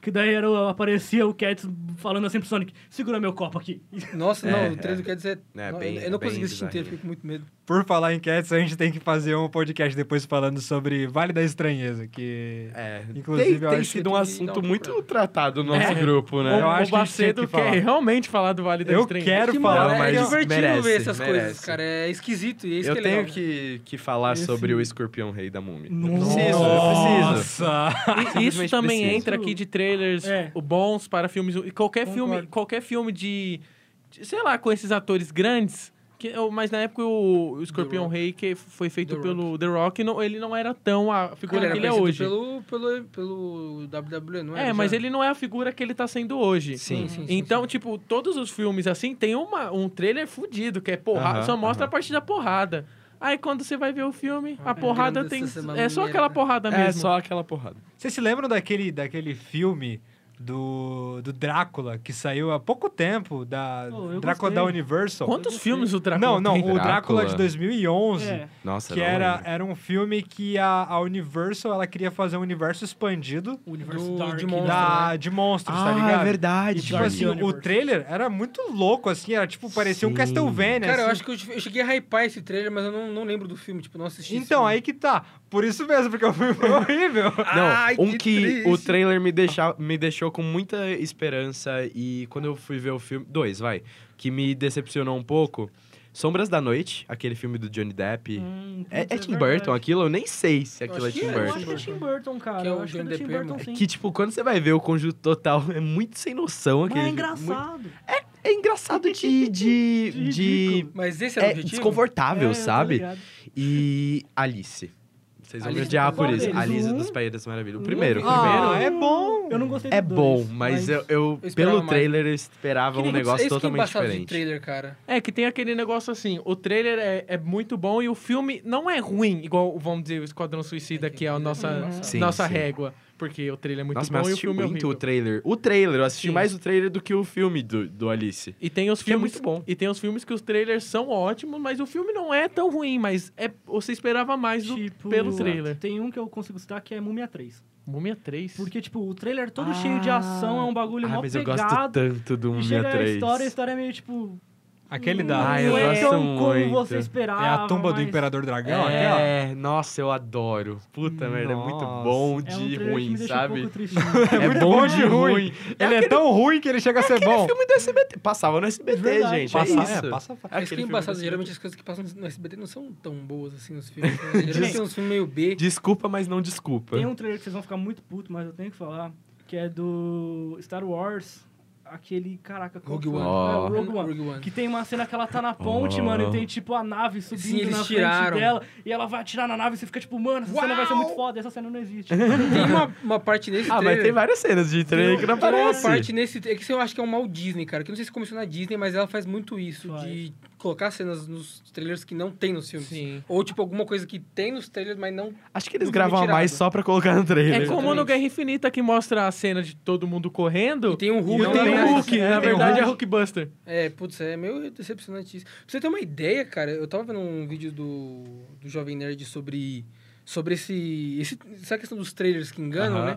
[SPEAKER 4] Que daí era, o- aparecia o Cats falando assim pro Sonic, segura meu copo aqui.
[SPEAKER 5] Nossa, não,
[SPEAKER 3] É,
[SPEAKER 5] o trailer
[SPEAKER 3] é.
[SPEAKER 5] do Cats é...
[SPEAKER 3] É,
[SPEAKER 5] não,
[SPEAKER 3] bem-
[SPEAKER 5] eu- eu não
[SPEAKER 3] bem
[SPEAKER 5] consegui assistir
[SPEAKER 3] bizarrinho.
[SPEAKER 5] inteiro, fiquei com muito medo.
[SPEAKER 2] Por falar em cats, a gente tem que fazer um podcast depois falando sobre Vale da Estranheza, que
[SPEAKER 3] É,
[SPEAKER 2] Inclusive, eu
[SPEAKER 3] tem,
[SPEAKER 2] acho
[SPEAKER 3] tem
[SPEAKER 2] que
[SPEAKER 3] sido
[SPEAKER 5] tem
[SPEAKER 3] um
[SPEAKER 5] que
[SPEAKER 3] assunto
[SPEAKER 5] dar uma
[SPEAKER 3] muito tratado no nosso
[SPEAKER 1] É.
[SPEAKER 3] grupo, né?
[SPEAKER 2] Eu
[SPEAKER 1] o, o
[SPEAKER 2] acho que a gente tinha
[SPEAKER 1] Macedo
[SPEAKER 2] que
[SPEAKER 1] quer
[SPEAKER 2] falar.
[SPEAKER 1] realmente falar do Vale da
[SPEAKER 2] Eu
[SPEAKER 1] Estranha.
[SPEAKER 2] quero
[SPEAKER 5] Que
[SPEAKER 2] falar.
[SPEAKER 5] maravilha,
[SPEAKER 3] Não, mas
[SPEAKER 5] é divertido
[SPEAKER 3] merece,
[SPEAKER 5] ver essas coisas,
[SPEAKER 3] merece.
[SPEAKER 5] cara. É esquisito. E é isso
[SPEAKER 3] Eu
[SPEAKER 5] que é
[SPEAKER 3] tenho
[SPEAKER 5] legal.
[SPEAKER 3] que, que falar
[SPEAKER 4] Esse-
[SPEAKER 3] sobre o escorpião rei da múmia. Eu
[SPEAKER 2] Nossa.
[SPEAKER 3] preciso, eu preciso.
[SPEAKER 2] Nossa!
[SPEAKER 1] E Isso
[SPEAKER 3] Simplesmente
[SPEAKER 1] também
[SPEAKER 3] preciso.
[SPEAKER 1] entra aqui de trailers
[SPEAKER 4] É.
[SPEAKER 1] bons para filmes. E qualquer
[SPEAKER 4] Concordo.
[SPEAKER 1] filme, qualquer filme de, de- sei lá, com esses atores grandes. Que, eu- mas na época o, o Escorpião
[SPEAKER 5] Rock.
[SPEAKER 1] Rei, que foi feito
[SPEAKER 5] The
[SPEAKER 1] pelo The Rock, não- ele não era tão a figura
[SPEAKER 5] Cara, era
[SPEAKER 1] que ele é
[SPEAKER 5] conhecido
[SPEAKER 1] hoje.
[SPEAKER 5] Pelo, pelo, pelo WWE, não
[SPEAKER 1] É,
[SPEAKER 5] era,
[SPEAKER 1] mas
[SPEAKER 5] já?
[SPEAKER 1] ele não é a figura que ele tá sendo hoje.
[SPEAKER 3] Sim.
[SPEAKER 5] Sim, sim,
[SPEAKER 1] Então, tipo, todos os filmes assim tem uma, um trailer fudido, que é porrada,
[SPEAKER 3] Aham,
[SPEAKER 1] só mostra
[SPEAKER 3] aham.
[SPEAKER 1] a parte da porrada. Aí quando você vai ver o filme, a
[SPEAKER 5] Ah,
[SPEAKER 1] porrada
[SPEAKER 5] grande
[SPEAKER 1] tem.
[SPEAKER 5] essa semana
[SPEAKER 1] É só
[SPEAKER 5] mineira,
[SPEAKER 1] aquela
[SPEAKER 5] né?
[SPEAKER 1] porrada mesmo.
[SPEAKER 3] É só aquela porrada.
[SPEAKER 2] Vocês se lembram daquele, daquele filme do, do Drácula que saiu há pouco tempo, da
[SPEAKER 4] Oh, eu
[SPEAKER 2] Drácula da
[SPEAKER 4] gostei.
[SPEAKER 2] Universal?
[SPEAKER 1] Quantos filmes o Drácula
[SPEAKER 2] Não, não,
[SPEAKER 1] tem?
[SPEAKER 2] o Drácula,
[SPEAKER 3] Drácula.
[SPEAKER 2] de 2011.
[SPEAKER 4] É.
[SPEAKER 3] Nossa,
[SPEAKER 2] Que
[SPEAKER 3] não
[SPEAKER 2] era,
[SPEAKER 3] lembro.
[SPEAKER 2] era um filme que a, a Universal ela queria fazer um universo expandido
[SPEAKER 4] O universo
[SPEAKER 5] Do,
[SPEAKER 4] Dark,
[SPEAKER 5] de
[SPEAKER 4] né?
[SPEAKER 5] monstro,
[SPEAKER 2] da,
[SPEAKER 5] né?
[SPEAKER 2] de monstros, tá
[SPEAKER 3] Ah,
[SPEAKER 2] ligado?
[SPEAKER 3] é verdade.
[SPEAKER 2] E, tipo
[SPEAKER 4] Dark
[SPEAKER 2] assim,
[SPEAKER 4] Universe.
[SPEAKER 2] o trailer era muito louco, assim, era tipo, parecia um
[SPEAKER 3] Sim.
[SPEAKER 1] tipo,
[SPEAKER 2] Castlevania.
[SPEAKER 5] Cara, eu
[SPEAKER 2] assim.
[SPEAKER 5] acho que eu, eu cheguei a hypar esse trailer, mas eu não, não lembro do filme, tipo, não assisti.
[SPEAKER 2] Então, aí que tá. Por isso mesmo, porque o filme foi horrível.
[SPEAKER 3] Não,
[SPEAKER 5] Ai,
[SPEAKER 3] um
[SPEAKER 5] que
[SPEAKER 3] que,
[SPEAKER 5] triste.
[SPEAKER 3] o trailer me, deixa, me deixou com muita esperança e quando eu fui ver o filme. Dois, vai. Que me decepcionou um pouco. Sombras da Noite, aquele filme do Johnny Depp.
[SPEAKER 4] Hum,
[SPEAKER 3] é, é
[SPEAKER 4] putz,
[SPEAKER 3] Tim
[SPEAKER 4] verdade.
[SPEAKER 3] Burton aquilo? Eu nem sei se aquilo é
[SPEAKER 5] acho
[SPEAKER 3] Tim
[SPEAKER 5] que
[SPEAKER 4] Eu acho
[SPEAKER 3] Burton.
[SPEAKER 4] que é Tim Burton, cara.
[SPEAKER 5] Que é o
[SPEAKER 4] eu acho que é do
[SPEAKER 5] Johnny
[SPEAKER 4] Tim
[SPEAKER 5] Depp,
[SPEAKER 4] Burton,
[SPEAKER 5] né?
[SPEAKER 4] sim.
[SPEAKER 3] Que, tipo, quando você vai ver o conjunto total, é muito sem noção
[SPEAKER 4] Mas
[SPEAKER 3] aquele.
[SPEAKER 4] é
[SPEAKER 3] filme. Muito-
[SPEAKER 4] engraçado.
[SPEAKER 3] é engraçado de. de, de...
[SPEAKER 4] Ridículo.
[SPEAKER 5] Mas esse era o
[SPEAKER 3] É
[SPEAKER 5] objetivo?
[SPEAKER 3] desconfortável,
[SPEAKER 4] É, eu tô
[SPEAKER 3] sabe?
[SPEAKER 4] ligado.
[SPEAKER 3] E Alice. Vocês vão me
[SPEAKER 5] Alice,
[SPEAKER 3] odiar por
[SPEAKER 4] qual
[SPEAKER 3] isso.
[SPEAKER 4] deles?
[SPEAKER 3] Alice
[SPEAKER 4] Um?
[SPEAKER 3] das Paredes Maravilhas. O
[SPEAKER 5] Um?
[SPEAKER 3] primeiro. o
[SPEAKER 4] Uhum.
[SPEAKER 5] Ah,
[SPEAKER 3] primeiro.
[SPEAKER 2] é bom.
[SPEAKER 4] Eu não gostei do
[SPEAKER 3] É
[SPEAKER 4] dois,
[SPEAKER 3] bom, mas, eu, eu,
[SPEAKER 5] eu esperava
[SPEAKER 3] pelo
[SPEAKER 5] mais.
[SPEAKER 3] trailer eu esperava um
[SPEAKER 5] Isso-
[SPEAKER 3] negócio
[SPEAKER 5] isso que é
[SPEAKER 3] totalmente
[SPEAKER 5] embaçado
[SPEAKER 3] diferente.
[SPEAKER 5] de trailer, cara.
[SPEAKER 1] É, que tem aquele negócio assim, o trailer é, é muito bom e o filme não é ruim, igual, vamos dizer, o Esquadrão Suicida, que é a nossa,
[SPEAKER 5] Sim,
[SPEAKER 1] nossa
[SPEAKER 3] sim.
[SPEAKER 1] régua. Porque o trailer é muito
[SPEAKER 3] Nossa, mas
[SPEAKER 1] bom
[SPEAKER 3] eu
[SPEAKER 1] e o
[SPEAKER 3] assisti
[SPEAKER 1] filme é
[SPEAKER 3] muito
[SPEAKER 1] horrível.
[SPEAKER 3] o trailer. O trailer, eu assisti
[SPEAKER 1] Sim.
[SPEAKER 3] mais o trailer do que o filme do, do Alice.
[SPEAKER 1] E tem os
[SPEAKER 3] Que é
[SPEAKER 1] filmes
[SPEAKER 3] muito bom.
[SPEAKER 1] E tem os filmes que os trailers são ótimos, mas o filme não é tão ruim, mas é você esperava mais do
[SPEAKER 4] Tipo,
[SPEAKER 1] pelo trailer.
[SPEAKER 4] Tem um que eu consigo citar que é Múmia 3.
[SPEAKER 1] Múmia 3.
[SPEAKER 4] Porque, tipo, o trailer todo cheio de ação, é um bagulho
[SPEAKER 3] Ah,
[SPEAKER 4] mó
[SPEAKER 3] mas eu
[SPEAKER 4] pegado.
[SPEAKER 3] gosto tanto do 163.
[SPEAKER 4] e chega a história, a história é meio, tipo...
[SPEAKER 2] Aquele
[SPEAKER 4] não
[SPEAKER 2] da.
[SPEAKER 3] Ah,
[SPEAKER 2] é
[SPEAKER 3] eu
[SPEAKER 4] é
[SPEAKER 3] gosto
[SPEAKER 4] tão como
[SPEAKER 3] muito.
[SPEAKER 4] você
[SPEAKER 3] É a
[SPEAKER 4] esperava,
[SPEAKER 2] a tumba do
[SPEAKER 4] Ah, mas
[SPEAKER 2] Imperador Dragão, aquela?
[SPEAKER 3] É, nossa, eu adoro. Puta merda, é muito
[SPEAKER 2] Nossa.
[SPEAKER 3] bom
[SPEAKER 4] É um
[SPEAKER 3] de
[SPEAKER 4] trailer que
[SPEAKER 3] ruim,
[SPEAKER 4] me deixa um
[SPEAKER 3] sabe?
[SPEAKER 4] pouco tristinho.
[SPEAKER 3] É
[SPEAKER 2] muito
[SPEAKER 3] bom
[SPEAKER 2] bom
[SPEAKER 3] de
[SPEAKER 2] de
[SPEAKER 3] ruim.
[SPEAKER 2] Ele é, tão ruim que ele chega a ser
[SPEAKER 3] Aquele
[SPEAKER 2] bom.
[SPEAKER 3] filme do SBT. Passava no SBT,
[SPEAKER 4] Verdade.
[SPEAKER 3] gente.
[SPEAKER 2] Passa,
[SPEAKER 3] é isso.
[SPEAKER 2] é, passa fa-
[SPEAKER 3] Aquele
[SPEAKER 5] Isso que é
[SPEAKER 3] filme do
[SPEAKER 5] embaçado,
[SPEAKER 3] SBT.
[SPEAKER 5] geralmente as coisas que passam no SBT não são tão boas assim nos filmes. né? Geralmente são uns filmes meio B.
[SPEAKER 3] Desculpa, mas não desculpa.
[SPEAKER 4] Tem um trailer que vocês vão ficar muito puto, mas eu tenho que falar, que é do Star Wars, aquele, caraca, qual
[SPEAKER 5] Rogue
[SPEAKER 4] foi?
[SPEAKER 5] One.
[SPEAKER 4] É, Rogue One.
[SPEAKER 5] Rogue One.
[SPEAKER 4] Que tem uma cena que ela tá na ponte,
[SPEAKER 3] Oh.
[SPEAKER 4] mano, e tem tipo a nave subindo
[SPEAKER 5] Sim, eles
[SPEAKER 4] na
[SPEAKER 5] tiraram.
[SPEAKER 4] frente dela, e ela vai atirar na nave e você fica tipo, mano, essa cena vai ser muito foda, essa cena não existe.
[SPEAKER 5] Tem uma, uma parte nesse
[SPEAKER 3] Ah,
[SPEAKER 5] trailer...
[SPEAKER 3] mas tem várias cenas de trailer que não
[SPEAKER 5] Tem uma
[SPEAKER 3] aparece.
[SPEAKER 5] parte nesse. É que isso eu acho que é um mal Disney, cara. Que eu não sei se começou na Disney, mas ela faz muito isso
[SPEAKER 4] Faz.
[SPEAKER 5] de colocar cenas nos trailers que não tem nos filmes.
[SPEAKER 1] Sim.
[SPEAKER 5] Ou tipo alguma coisa que tem nos trailers, mas não.
[SPEAKER 3] Acho que eles
[SPEAKER 5] Não foi
[SPEAKER 3] gravam a mais
[SPEAKER 5] retirado.
[SPEAKER 3] só pra colocar no trailer.
[SPEAKER 1] É como no
[SPEAKER 5] Exatamente.
[SPEAKER 1] Guerra Infinita que mostra a cena de todo mundo correndo.
[SPEAKER 5] E tem um
[SPEAKER 1] E tem
[SPEAKER 5] Hulk. não
[SPEAKER 1] o
[SPEAKER 5] tem nada.
[SPEAKER 1] Hulk,
[SPEAKER 2] É,
[SPEAKER 1] na
[SPEAKER 2] tem o
[SPEAKER 1] verdade é
[SPEAKER 2] Hulk.
[SPEAKER 1] Hulkbuster.
[SPEAKER 5] É, putz, é meio decepcionante isso. Pra você ter uma ideia, cara, eu tava vendo um vídeo do, do Jovem Nerd sobre. Sobre esse, esse. Essa questão dos trailers que enganam, né?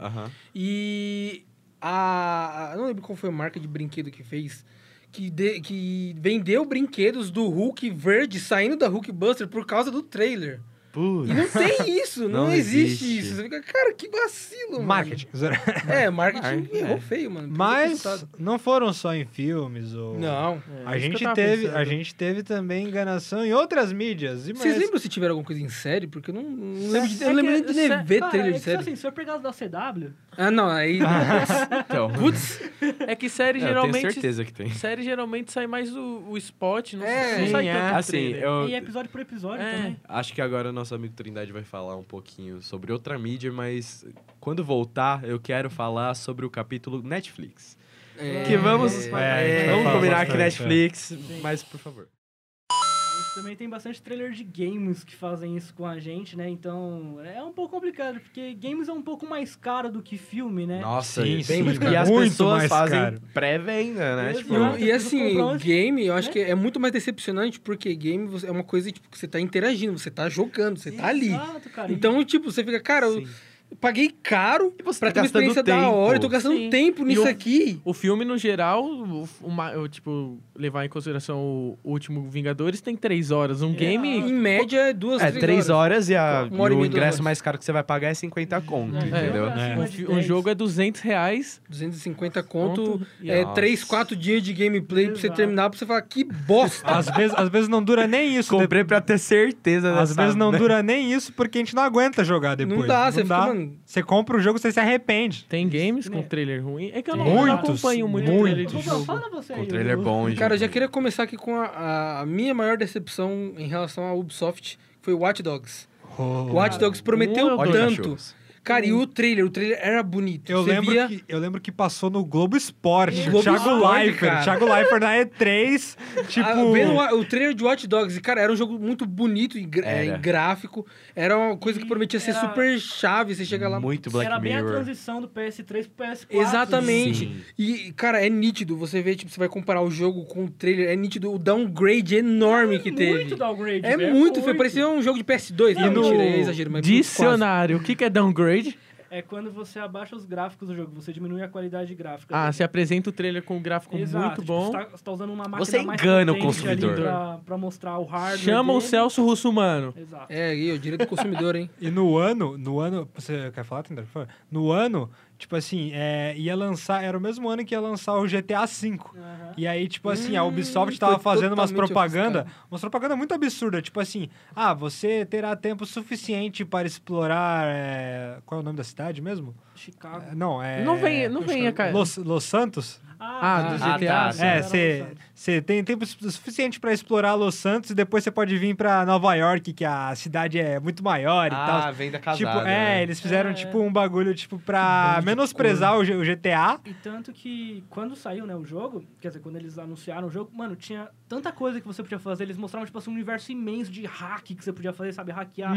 [SPEAKER 5] E a, a- Não lembro qual foi a marca de brinquedo que fez. Que, de- que vendeu brinquedos do Hulk verde saindo da Hulk Buster por causa do trailer. E não tem isso, não,
[SPEAKER 3] Não
[SPEAKER 5] existe.
[SPEAKER 3] existe.
[SPEAKER 5] isso. Você fica, cara, que vacilo, mano.
[SPEAKER 2] Marketing.
[SPEAKER 5] É, marketing
[SPEAKER 3] Marketing,
[SPEAKER 5] errou
[SPEAKER 3] é.
[SPEAKER 5] feio, mano. Podia ter
[SPEAKER 2] Mas
[SPEAKER 5] testado.
[SPEAKER 2] não foram só em filmes ou.
[SPEAKER 5] Não.
[SPEAKER 2] A gente, teve, a gente teve também enganação em outras mídias. E
[SPEAKER 5] Vocês
[SPEAKER 2] mas-
[SPEAKER 5] lembram se tiveram alguma coisa em série? Porque eu não, não lembro de, eu
[SPEAKER 4] É
[SPEAKER 5] não lembro
[SPEAKER 4] que-
[SPEAKER 5] nem de nem
[SPEAKER 4] sé-
[SPEAKER 5] ver
[SPEAKER 4] cara,
[SPEAKER 5] trailer
[SPEAKER 4] é
[SPEAKER 5] de
[SPEAKER 4] que,
[SPEAKER 5] série.
[SPEAKER 4] Assim, se for pegar os da CW,
[SPEAKER 5] Ah, não, aí.
[SPEAKER 3] Então,
[SPEAKER 5] Putz,
[SPEAKER 1] É que série
[SPEAKER 3] eu tenho
[SPEAKER 1] geralmente
[SPEAKER 3] certeza que tem.
[SPEAKER 1] série geralmente sai mais o, o spot, não,
[SPEAKER 5] É,
[SPEAKER 1] não
[SPEAKER 5] sim,
[SPEAKER 1] sai
[SPEAKER 2] é.
[SPEAKER 1] tanto
[SPEAKER 3] Assim,
[SPEAKER 1] trailer.
[SPEAKER 3] eu
[SPEAKER 4] e episódio por episódio
[SPEAKER 1] É.
[SPEAKER 4] também.
[SPEAKER 3] acho que agora o nosso amigo Trindade vai falar um pouquinho sobre outra mídia, mas quando voltar, eu quero falar sobre o capítulo Netflix. Que vamos...
[SPEAKER 2] É,
[SPEAKER 3] vamos
[SPEAKER 2] falar
[SPEAKER 3] combinar que
[SPEAKER 2] bastante,
[SPEAKER 3] Netflix, mas por favor.
[SPEAKER 4] Isso também tem bastante trailer de games que fazem isso com a gente, né? Então é um pouco complicado, porque games é um pouco mais caro do que filme, né?
[SPEAKER 3] Nossa,
[SPEAKER 2] Sim,
[SPEAKER 3] bem
[SPEAKER 2] sim,
[SPEAKER 3] mais-
[SPEAKER 2] cara.
[SPEAKER 3] e as
[SPEAKER 2] Muito
[SPEAKER 3] pessoas
[SPEAKER 2] mais
[SPEAKER 3] fazem
[SPEAKER 2] caro.
[SPEAKER 3] pré-venda, né?
[SPEAKER 4] Exato.
[SPEAKER 3] Tipo,
[SPEAKER 4] Não,
[SPEAKER 5] E, e assim,
[SPEAKER 4] Comprar onde-
[SPEAKER 5] game, eu acho
[SPEAKER 4] né?
[SPEAKER 5] que é muito mais decepcionante, porque game você- é uma coisa tipo, que você tá interagindo, você tá jogando, você tá ali.
[SPEAKER 4] Exato, cara. E-
[SPEAKER 5] Então, tipo, você fica, cara, eu- paguei caro
[SPEAKER 3] E você
[SPEAKER 5] pra
[SPEAKER 3] tá
[SPEAKER 5] ter uma
[SPEAKER 3] gastando
[SPEAKER 5] experiência da hora. Eu tô
[SPEAKER 3] tempo.
[SPEAKER 5] gastando
[SPEAKER 1] Sim.
[SPEAKER 5] tempo
[SPEAKER 1] E
[SPEAKER 5] nisso
[SPEAKER 1] o-
[SPEAKER 5] aqui.
[SPEAKER 1] O filme, no geral, o, o ma- o, tipo, levar em consideração o último Vingadores, tem três horas. Um game.
[SPEAKER 5] Em média, é duas,
[SPEAKER 3] É, três horas e, a-
[SPEAKER 5] Uma hora
[SPEAKER 3] e
[SPEAKER 5] e
[SPEAKER 3] o
[SPEAKER 5] meia, duas
[SPEAKER 3] ingresso
[SPEAKER 5] horas.
[SPEAKER 3] mais caro que você vai pagar é 50 conto,
[SPEAKER 4] É.
[SPEAKER 3] entendeu?
[SPEAKER 4] É.
[SPEAKER 1] Um, fi- um jogo é 200 reais.
[SPEAKER 5] 250 conto,
[SPEAKER 1] Conto, e
[SPEAKER 5] é,
[SPEAKER 3] nossa.
[SPEAKER 5] 3, 4 dias de gameplay pra você
[SPEAKER 4] Exato.
[SPEAKER 5] terminar, pra você falar, que bosta!
[SPEAKER 2] Às vezes, às vezes não dura nem isso. de-
[SPEAKER 3] Comprei pra ter né? certeza
[SPEAKER 2] Às
[SPEAKER 3] dessa-
[SPEAKER 2] vezes não dura nem isso porque a gente não aguenta jogar depois.
[SPEAKER 5] não dá, você fica, mano...
[SPEAKER 2] Você compra o jogo, você se arrepende.
[SPEAKER 1] Tem games com trailer ruim. É que eu não,
[SPEAKER 2] Muitos,
[SPEAKER 1] não acompanho muito
[SPEAKER 2] muitos.
[SPEAKER 1] trailer de
[SPEAKER 4] Ô,
[SPEAKER 1] jogo.
[SPEAKER 4] Bruno, Fala você
[SPEAKER 2] né?
[SPEAKER 3] Com
[SPEAKER 4] aí,
[SPEAKER 3] o trailer é
[SPEAKER 4] Bruno.
[SPEAKER 3] bom, gente.
[SPEAKER 5] Cara, eu já queria começar aqui com a, a minha maior decepção em relação à Ubisoft, que foi o Watch Dogs. O Watch Dogs prometeu
[SPEAKER 1] Olha,
[SPEAKER 5] tanto.
[SPEAKER 3] cachorros.
[SPEAKER 5] Cara, e o trailer, o trailer era bonito.
[SPEAKER 2] Eu
[SPEAKER 5] Você
[SPEAKER 2] lembro,
[SPEAKER 5] via-
[SPEAKER 2] que, eu lembro que passou no Globo Esporte.
[SPEAKER 5] Globo
[SPEAKER 2] Thiago
[SPEAKER 5] Esporte,
[SPEAKER 2] Leifert.
[SPEAKER 5] cara.
[SPEAKER 2] Thiago Leifert na E3. Tipo.
[SPEAKER 5] Ah, vendo o- o trailer de Watch Dogs, e, cara, era um jogo muito bonito e gra-
[SPEAKER 3] Era.
[SPEAKER 5] em gráfico. Era uma coisa que prometia ser
[SPEAKER 4] Era-
[SPEAKER 5] super chave, você chega lá.
[SPEAKER 3] Muito Black
[SPEAKER 4] Era bem a
[SPEAKER 3] Mirror.
[SPEAKER 4] transição do PS3 pro PS4.
[SPEAKER 5] Exatamente.
[SPEAKER 3] Sim.
[SPEAKER 5] E, cara, é nítido. Você vê, tipo, você vai comparar o jogo com o trailer. É nítido o downgrade enorme que teve.
[SPEAKER 4] É Muito downgrade,
[SPEAKER 5] é
[SPEAKER 4] velho,
[SPEAKER 5] muito feio. Parecia um jogo de PS2.
[SPEAKER 4] E
[SPEAKER 5] Não,
[SPEAKER 4] no
[SPEAKER 5] mentira, é exagero, mas quase.
[SPEAKER 1] Dicionário. O que, que é downgrade?
[SPEAKER 4] É quando você abaixa os gráficos do jogo, você diminui a qualidade gráfica.
[SPEAKER 1] Ah,
[SPEAKER 4] dele.
[SPEAKER 1] você apresenta o trailer com um gráfico
[SPEAKER 4] É. Exato,
[SPEAKER 1] muito
[SPEAKER 4] tipo,
[SPEAKER 1] bom.
[SPEAKER 4] Você tá, você tá usando uma máquina
[SPEAKER 3] Você
[SPEAKER 4] mais
[SPEAKER 3] engana o
[SPEAKER 4] potente ali
[SPEAKER 3] consumidor.
[SPEAKER 4] Pra, pra mostrar o hardware
[SPEAKER 1] Chama o
[SPEAKER 4] dele.
[SPEAKER 1] Celso Russumano.
[SPEAKER 4] Exato.
[SPEAKER 5] É, e o direito do consumidor, hein?
[SPEAKER 2] E no ano, no ano. Você quer falar, Tinder? Por favor. No ano, tipo assim, é, ia lançar. Era o mesmo ano que ia lançar o GTA V.
[SPEAKER 4] Aham.
[SPEAKER 2] E aí, tipo assim, a
[SPEAKER 5] Hum,
[SPEAKER 2] Ubisoft
[SPEAKER 5] foi
[SPEAKER 2] tava fazendo umas
[SPEAKER 5] totalmente
[SPEAKER 2] propaganda, umas propaganda muito absurda, tipo assim, ah, você terá tempo suficiente para explorar, é, qual é o nome da cidade mesmo?
[SPEAKER 4] Chicago.
[SPEAKER 2] É, Não, é...
[SPEAKER 1] Não venha, não
[SPEAKER 2] eu acho que
[SPEAKER 1] venha,
[SPEAKER 2] é
[SPEAKER 1] cara.
[SPEAKER 2] Los, Los Santos?
[SPEAKER 1] Ah, do GTA,
[SPEAKER 3] tá,
[SPEAKER 1] sim.
[SPEAKER 2] É, você tem tempo su- suficiente para explorar Los Santos e depois você pode vir para Nova York, que a cidade é muito maior e tal.
[SPEAKER 3] Ah, venda casada.
[SPEAKER 2] Tipo, é,
[SPEAKER 3] né?
[SPEAKER 2] eles fizeram,
[SPEAKER 4] É,
[SPEAKER 2] tipo, um bagulho, tipo, pra menosprezar o G- o GTA.
[SPEAKER 4] E tanto que quando saiu, né, o jogo, quer dizer, quando eles anunciaram o jogo, mano, tinha tanta coisa que você podia fazer, eles mostravam, tipo assim, um universo imenso de hack que você podia fazer, sabe? Hackear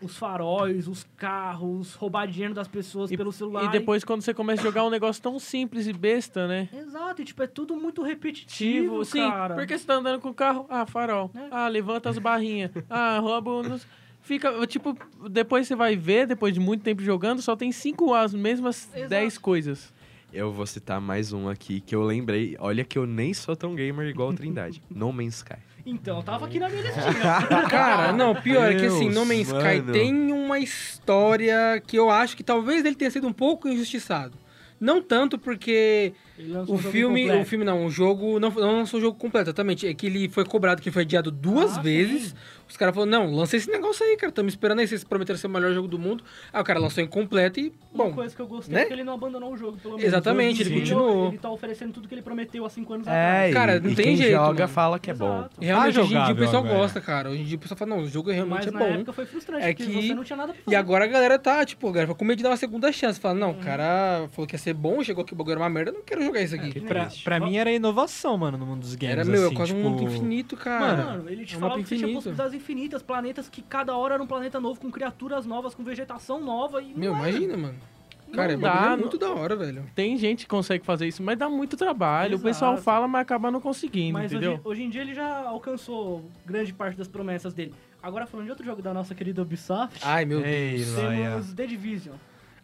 [SPEAKER 4] os faróis, os carros, roubar dinheiro das pessoas
[SPEAKER 1] E-
[SPEAKER 4] pelo celular.
[SPEAKER 1] E depois, quando você começa a jogar um negócio tão simples e besta, né?
[SPEAKER 4] Exato, e tipo, é tudo muito repetitivo,
[SPEAKER 1] Ativo, sim.
[SPEAKER 4] cara.
[SPEAKER 1] Porque você tá andando com o carro, ah, farol.
[SPEAKER 4] É.
[SPEAKER 1] Ah, levanta as barrinhas. ah, rouba. o- nos- Fica, tipo, depois você vai ver, depois de muito tempo jogando, só tem cinco as mesmas
[SPEAKER 4] Exato.
[SPEAKER 1] dez coisas.
[SPEAKER 3] Eu vou citar mais um aqui que eu lembrei. Olha que eu nem sou tão gamer igual o Trindade. no Man's Sky.
[SPEAKER 4] Então, tava aqui na minha listinha.
[SPEAKER 5] Cara, não, pior é que assim,
[SPEAKER 3] Deus,
[SPEAKER 5] No Man's Sky
[SPEAKER 3] mano.
[SPEAKER 5] tem uma história que eu acho que talvez ele tenha sido um pouco injustiçado. Não tanto porque
[SPEAKER 4] Ele lançou
[SPEAKER 5] o
[SPEAKER 4] um jogo
[SPEAKER 5] filme,
[SPEAKER 4] completo.
[SPEAKER 5] o filme não, o jogo não, não lançou o jogo completo, exatamente. É que ele foi cobrado, que ele foi adiado duas
[SPEAKER 4] Ah,
[SPEAKER 5] vezes.
[SPEAKER 4] sim.
[SPEAKER 5] Os caras falaram, não, lança esse negócio aí, cara, estamos esperando aí, vocês prometeram ser o melhor jogo do mundo. Aí o cara lançou incompleto e,
[SPEAKER 4] Uma
[SPEAKER 5] bom,
[SPEAKER 4] coisa que eu gostei
[SPEAKER 5] né?
[SPEAKER 4] é que ele não abandonou o jogo, pelo menos.
[SPEAKER 5] Exatamente,
[SPEAKER 4] O jogo
[SPEAKER 3] ele
[SPEAKER 4] inteiro,
[SPEAKER 5] continuou.
[SPEAKER 4] Ele tá oferecendo tudo que ele prometeu há cinco anos
[SPEAKER 3] É,
[SPEAKER 4] atrás.
[SPEAKER 3] e-
[SPEAKER 5] Cara, não
[SPEAKER 3] e
[SPEAKER 5] tem
[SPEAKER 3] quem
[SPEAKER 5] jeito,
[SPEAKER 3] joga
[SPEAKER 5] mano.
[SPEAKER 3] fala que é bom.
[SPEAKER 4] Exato.
[SPEAKER 5] realmente hoje em dia o
[SPEAKER 2] jogável
[SPEAKER 5] pessoal
[SPEAKER 2] agora.
[SPEAKER 5] gosta, cara. Hoje em dia o pessoal fala, não, o jogo realmente
[SPEAKER 4] Mas
[SPEAKER 5] é
[SPEAKER 4] na
[SPEAKER 5] bom.
[SPEAKER 4] época foi frustrante,
[SPEAKER 5] É
[SPEAKER 4] porque
[SPEAKER 5] que-
[SPEAKER 4] você não tinha nada pra
[SPEAKER 5] E
[SPEAKER 4] fazer.
[SPEAKER 5] agora a galera tá, tipo, a galera ficou com medo de dar uma segunda chance. Fala, não, o cara falou que ia ser bom, chegou aqui, o bagulho era uma merda, eu não quero jogar isso aqui.
[SPEAKER 4] É, que
[SPEAKER 2] Pra,
[SPEAKER 4] triste.
[SPEAKER 2] pra
[SPEAKER 5] é
[SPEAKER 2] mim era inovação, mano, no mundo dos games.
[SPEAKER 5] Era, meu, é
[SPEAKER 2] assim,
[SPEAKER 5] quase um
[SPEAKER 2] tipo...
[SPEAKER 5] mundo infinito, cara.
[SPEAKER 4] Mano, ele te
[SPEAKER 5] é um
[SPEAKER 4] falava
[SPEAKER 5] mapa
[SPEAKER 4] que você tinha
[SPEAKER 5] infinito.
[SPEAKER 4] possibilidades infinitas, planetas que cada hora era um planeta novo, com criaturas novas, com vegetação nova e...
[SPEAKER 5] Meu,
[SPEAKER 4] não era.
[SPEAKER 5] imagina, mano. Cara, é
[SPEAKER 1] dá,
[SPEAKER 5] bagulho
[SPEAKER 1] não-
[SPEAKER 5] muito da hora, velho.
[SPEAKER 1] Tem gente que consegue fazer isso, mas dá muito trabalho. O pessoal
[SPEAKER 4] Exato.
[SPEAKER 1] fala, mas acaba não conseguindo,
[SPEAKER 4] Mas hoje,
[SPEAKER 1] entendeu?
[SPEAKER 4] hoje em dia ele já alcançou grande parte das promessas dele. Agora falando de outro jogo da nossa querida Ubisoft,
[SPEAKER 5] Ai, meu Deus.
[SPEAKER 2] Ei, Laia.
[SPEAKER 4] temos The Division.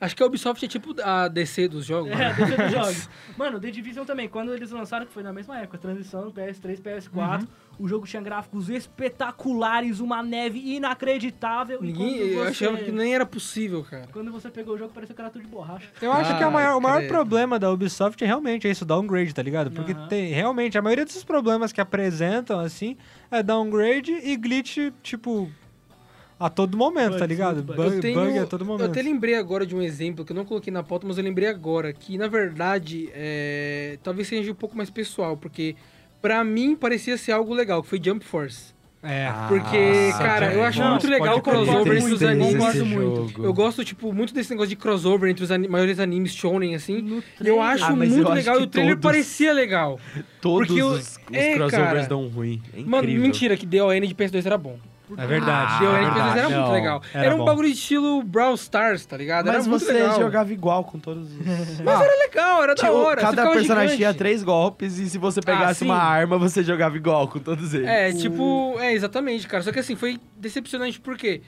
[SPEAKER 5] Acho que a Ubisoft é tipo a DC dos jogos.
[SPEAKER 4] É, dos outros jogos. Mano, The Division também, quando eles lançaram, que foi na mesma época, transição do PS3, PS4,
[SPEAKER 5] Uhum.
[SPEAKER 4] o jogo tinha gráficos espetaculares, uma neve inacreditável.
[SPEAKER 5] Ninguém,
[SPEAKER 4] e
[SPEAKER 5] eu
[SPEAKER 4] quando você,
[SPEAKER 5] achava que nem era possível, cara.
[SPEAKER 4] quando você pegou o jogo, parecia que era tudo de borracha.
[SPEAKER 2] Eu acho que é o
[SPEAKER 5] Ah,
[SPEAKER 2] maior, o maior
[SPEAKER 5] credo.
[SPEAKER 2] problema da Ubisoft é realmente é isso, downgrade, tá ligado? Porque
[SPEAKER 4] Aham.
[SPEAKER 2] tem realmente a maioria desses problemas que apresentam, assim, é downgrade e glitch, tipo, a todo momento, tá
[SPEAKER 4] Bugs,
[SPEAKER 2] ligado?
[SPEAKER 4] muito
[SPEAKER 2] Bug,
[SPEAKER 5] eu tenho,
[SPEAKER 2] bug a todo
[SPEAKER 5] Eu
[SPEAKER 2] momento.
[SPEAKER 5] até lembrei agora de um exemplo que eu não coloquei na pauta, mas eu lembrei agora que, na verdade, é, talvez seja um pouco mais pessoal, porque pra mim parecia ser algo legal, que foi Jump Force.
[SPEAKER 2] É.
[SPEAKER 5] Porque,
[SPEAKER 3] Ah,
[SPEAKER 5] cara, eu
[SPEAKER 3] Jump
[SPEAKER 5] acho
[SPEAKER 4] Force,
[SPEAKER 5] muito legal o
[SPEAKER 2] pode crer.
[SPEAKER 5] crossover
[SPEAKER 2] Eu
[SPEAKER 5] entre os
[SPEAKER 2] gosto
[SPEAKER 5] animes.
[SPEAKER 2] muito
[SPEAKER 5] Eu
[SPEAKER 3] desse
[SPEAKER 5] gosto muito.
[SPEAKER 3] jogo.
[SPEAKER 5] Eu gosto, tipo, muito desse negócio de crossover entre os ani- maiores animes shonen, assim.
[SPEAKER 4] No
[SPEAKER 5] E eu
[SPEAKER 4] trailer.
[SPEAKER 5] acho
[SPEAKER 3] Ah, mas
[SPEAKER 5] muito
[SPEAKER 3] eu acho
[SPEAKER 5] legal
[SPEAKER 3] que
[SPEAKER 5] e o trailer
[SPEAKER 3] todos-
[SPEAKER 5] parecia legal.
[SPEAKER 3] Todos
[SPEAKER 5] Porque eu-
[SPEAKER 3] os, os
[SPEAKER 5] é,
[SPEAKER 3] crossovers
[SPEAKER 5] cara.
[SPEAKER 3] dão ruim. É incrível. Ah,
[SPEAKER 5] Mano, mentira que DON de PS2 era bom.
[SPEAKER 2] É verdade.
[SPEAKER 5] DON
[SPEAKER 2] é
[SPEAKER 5] de PS2
[SPEAKER 2] verdade.
[SPEAKER 5] ah, era muito
[SPEAKER 3] Não,
[SPEAKER 5] legal. Era,
[SPEAKER 2] era
[SPEAKER 5] um
[SPEAKER 2] bom.
[SPEAKER 5] bagulho de estilo Brawl Stars, tá ligado?
[SPEAKER 3] Mas
[SPEAKER 5] era muito
[SPEAKER 3] você
[SPEAKER 5] legal.
[SPEAKER 3] jogava igual com todos os.
[SPEAKER 5] Mas era legal, era é da
[SPEAKER 3] Tipo,
[SPEAKER 5] hora. você
[SPEAKER 3] cada
[SPEAKER 5] ficava
[SPEAKER 3] personagem tinha
[SPEAKER 5] gigante. Ah,
[SPEAKER 3] três golpes e se você pegasse
[SPEAKER 5] sim.
[SPEAKER 3] uma arma, você jogava igual com todos eles.
[SPEAKER 5] É, tipo, é exatamente, cara. Só que assim, foi decepcionante porque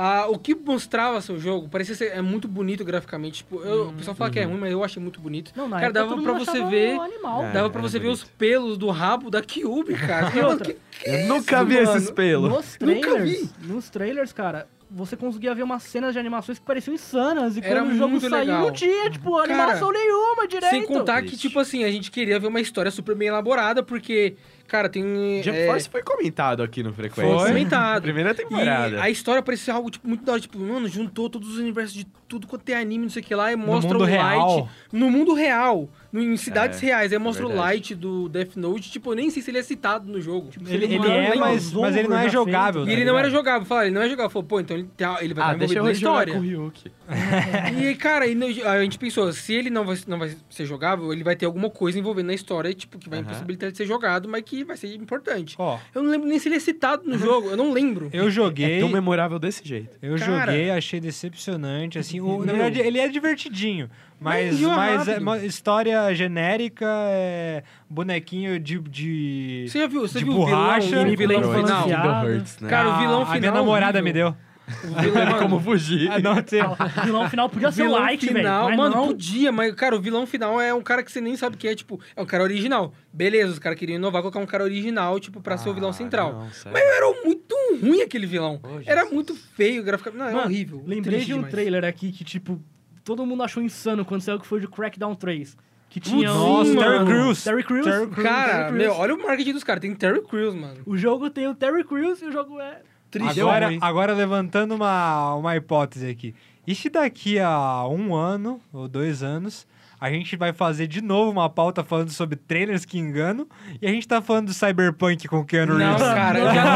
[SPEAKER 5] Ah, o que mostrava seu jogo parecia ser é muito bonito graficamente. Tipo, eu, o pessoal fala
[SPEAKER 3] Uhum.
[SPEAKER 5] que é ruim, mas eu achei muito bonito.
[SPEAKER 4] Não, na
[SPEAKER 5] cara,
[SPEAKER 4] época
[SPEAKER 5] dava
[SPEAKER 4] todo
[SPEAKER 5] pra
[SPEAKER 4] mundo
[SPEAKER 5] você
[SPEAKER 4] achava
[SPEAKER 5] ver.
[SPEAKER 4] um animal.
[SPEAKER 3] É,
[SPEAKER 5] Dava pra
[SPEAKER 3] era
[SPEAKER 5] você ver os
[SPEAKER 3] bonito.
[SPEAKER 5] pelos do rabo da Cube, cara.
[SPEAKER 4] É. E
[SPEAKER 5] Mano,
[SPEAKER 4] outra,
[SPEAKER 5] que-
[SPEAKER 3] Eu nunca vi
[SPEAKER 5] mano?
[SPEAKER 3] esses pelos.
[SPEAKER 4] Nos trailers, nos trailers, cara, você conseguia ver umas cenas de animações que pareciam insanas. E
[SPEAKER 5] Era
[SPEAKER 4] quando o jogo
[SPEAKER 5] muito
[SPEAKER 4] saiu, não
[SPEAKER 5] legal.
[SPEAKER 4] tinha, tipo,
[SPEAKER 5] Cara,
[SPEAKER 4] animação nenhuma direito.
[SPEAKER 5] Sem contar que,
[SPEAKER 3] Triste.
[SPEAKER 5] tipo assim, a gente queria ver uma história super bem elaborada, porque, cara, tem.
[SPEAKER 3] Jump
[SPEAKER 5] é,
[SPEAKER 3] Force foi comentado aqui no Frequência.
[SPEAKER 5] Foi comentado.
[SPEAKER 3] Primeira
[SPEAKER 5] E
[SPEAKER 3] temporada.
[SPEAKER 5] a história parecia algo tipo, muito da hora. Tipo, mano, juntou todos os universos de tudo quanto é anime, não sei o que lá, e mostra
[SPEAKER 2] mundo
[SPEAKER 5] o Light.
[SPEAKER 2] real.
[SPEAKER 5] No mundo real. no- em cidades
[SPEAKER 3] É,
[SPEAKER 5] reais. Aí mostra o
[SPEAKER 3] verdade.
[SPEAKER 5] Light do Death Note. Tipo, eu nem sei se ele é citado no jogo.
[SPEAKER 2] Ele,
[SPEAKER 4] Ele
[SPEAKER 2] ele
[SPEAKER 4] não
[SPEAKER 2] é,
[SPEAKER 4] era
[SPEAKER 2] mas,
[SPEAKER 4] um
[SPEAKER 2] mas ele não é
[SPEAKER 4] zombie já
[SPEAKER 2] jogável.
[SPEAKER 5] né? E
[SPEAKER 2] tá
[SPEAKER 5] ele não era
[SPEAKER 2] ligado?
[SPEAKER 5] jogável. Falaram, ele não é jogável. Falou, pô, então ele, tá- ele vai
[SPEAKER 3] Ah,
[SPEAKER 5] estar
[SPEAKER 3] deixa
[SPEAKER 5] envolvido
[SPEAKER 3] eu
[SPEAKER 5] na
[SPEAKER 3] rejogar
[SPEAKER 5] história.
[SPEAKER 3] com o Ryuk.
[SPEAKER 5] E, cara, e no- a gente pensou, se ele não vai, não vai ser jogável, ele vai ter alguma coisa envolvendo na história, tipo, que vai
[SPEAKER 3] Aham.
[SPEAKER 5] impossibilitar de ser jogado, mas que vai ser importante.
[SPEAKER 2] Ó,
[SPEAKER 5] Eu não lembro nem se ele é citado no jogo, eu não lembro.
[SPEAKER 2] eu joguei.
[SPEAKER 3] É tão memorável desse jeito.
[SPEAKER 2] Eu
[SPEAKER 5] Cara.
[SPEAKER 2] joguei, achei decepcionante, assim, o- na
[SPEAKER 5] Meu.
[SPEAKER 2] verdade ele é divertidinho,
[SPEAKER 5] Mas
[SPEAKER 2] mas,
[SPEAKER 5] enjoa
[SPEAKER 2] mas é
[SPEAKER 5] rápido.
[SPEAKER 2] uma história genérica, é bonequinho de... de...
[SPEAKER 5] Você já viu, você
[SPEAKER 2] De
[SPEAKER 5] viu o vilão,
[SPEAKER 2] borracha,
[SPEAKER 5] o um vilão
[SPEAKER 4] micro-
[SPEAKER 5] final?
[SPEAKER 4] micro-
[SPEAKER 3] Kingdom Hearts, né?
[SPEAKER 5] Cara, o vilão
[SPEAKER 2] Ah, A minha
[SPEAKER 5] final é
[SPEAKER 2] namorada
[SPEAKER 5] horrível.
[SPEAKER 2] me deu.
[SPEAKER 5] O vilão, mano,
[SPEAKER 3] Como fugir.
[SPEAKER 2] Ah, não, tem...
[SPEAKER 4] O vilão final podia
[SPEAKER 5] o
[SPEAKER 4] ser o
[SPEAKER 5] vilão
[SPEAKER 4] light, velho.
[SPEAKER 5] final,
[SPEAKER 4] mas
[SPEAKER 5] mano,
[SPEAKER 4] não.
[SPEAKER 5] podia, mas, cara, o vilão final é um cara que você nem sabe quem é, tipo, é um cara original. Beleza, os caras queriam inovar, colocar um cara original, tipo, pra ser o vilão
[SPEAKER 3] Ah,
[SPEAKER 5] central.
[SPEAKER 3] não, sério.
[SPEAKER 5] Mas era muito ruim aquele vilão.
[SPEAKER 3] Oh,
[SPEAKER 5] era
[SPEAKER 3] Jesus.
[SPEAKER 5] muito feio graficamente. Não, era
[SPEAKER 4] Mano,
[SPEAKER 5] horrível.
[SPEAKER 4] Lembrei
[SPEAKER 5] Triste
[SPEAKER 4] de um
[SPEAKER 5] demais.
[SPEAKER 4] trailer aqui que, tipo, todo mundo achou insano quando saiu que foi de Crackdown 3. Que tinha
[SPEAKER 2] Nossa,
[SPEAKER 4] o...
[SPEAKER 2] Terry Crews.
[SPEAKER 4] Terry Crews.
[SPEAKER 2] Terry Crews.
[SPEAKER 5] Cara,
[SPEAKER 4] Terry Crews.
[SPEAKER 5] meu, olha o marketing dos caras. Tem Terry Crews, mano.
[SPEAKER 4] O jogo tem o Terry Crews e o jogo é...
[SPEAKER 5] Triste.
[SPEAKER 2] Agora,
[SPEAKER 3] ruim.
[SPEAKER 2] agora levantando uma, uma hipótese aqui. E se daqui a um ano ou dois anos a gente vai fazer de novo uma pauta falando sobre trailers que engano e a gente tá falando do Cyberpunk com o Keanu
[SPEAKER 5] Não,
[SPEAKER 2] Reeves?
[SPEAKER 5] cara, eu já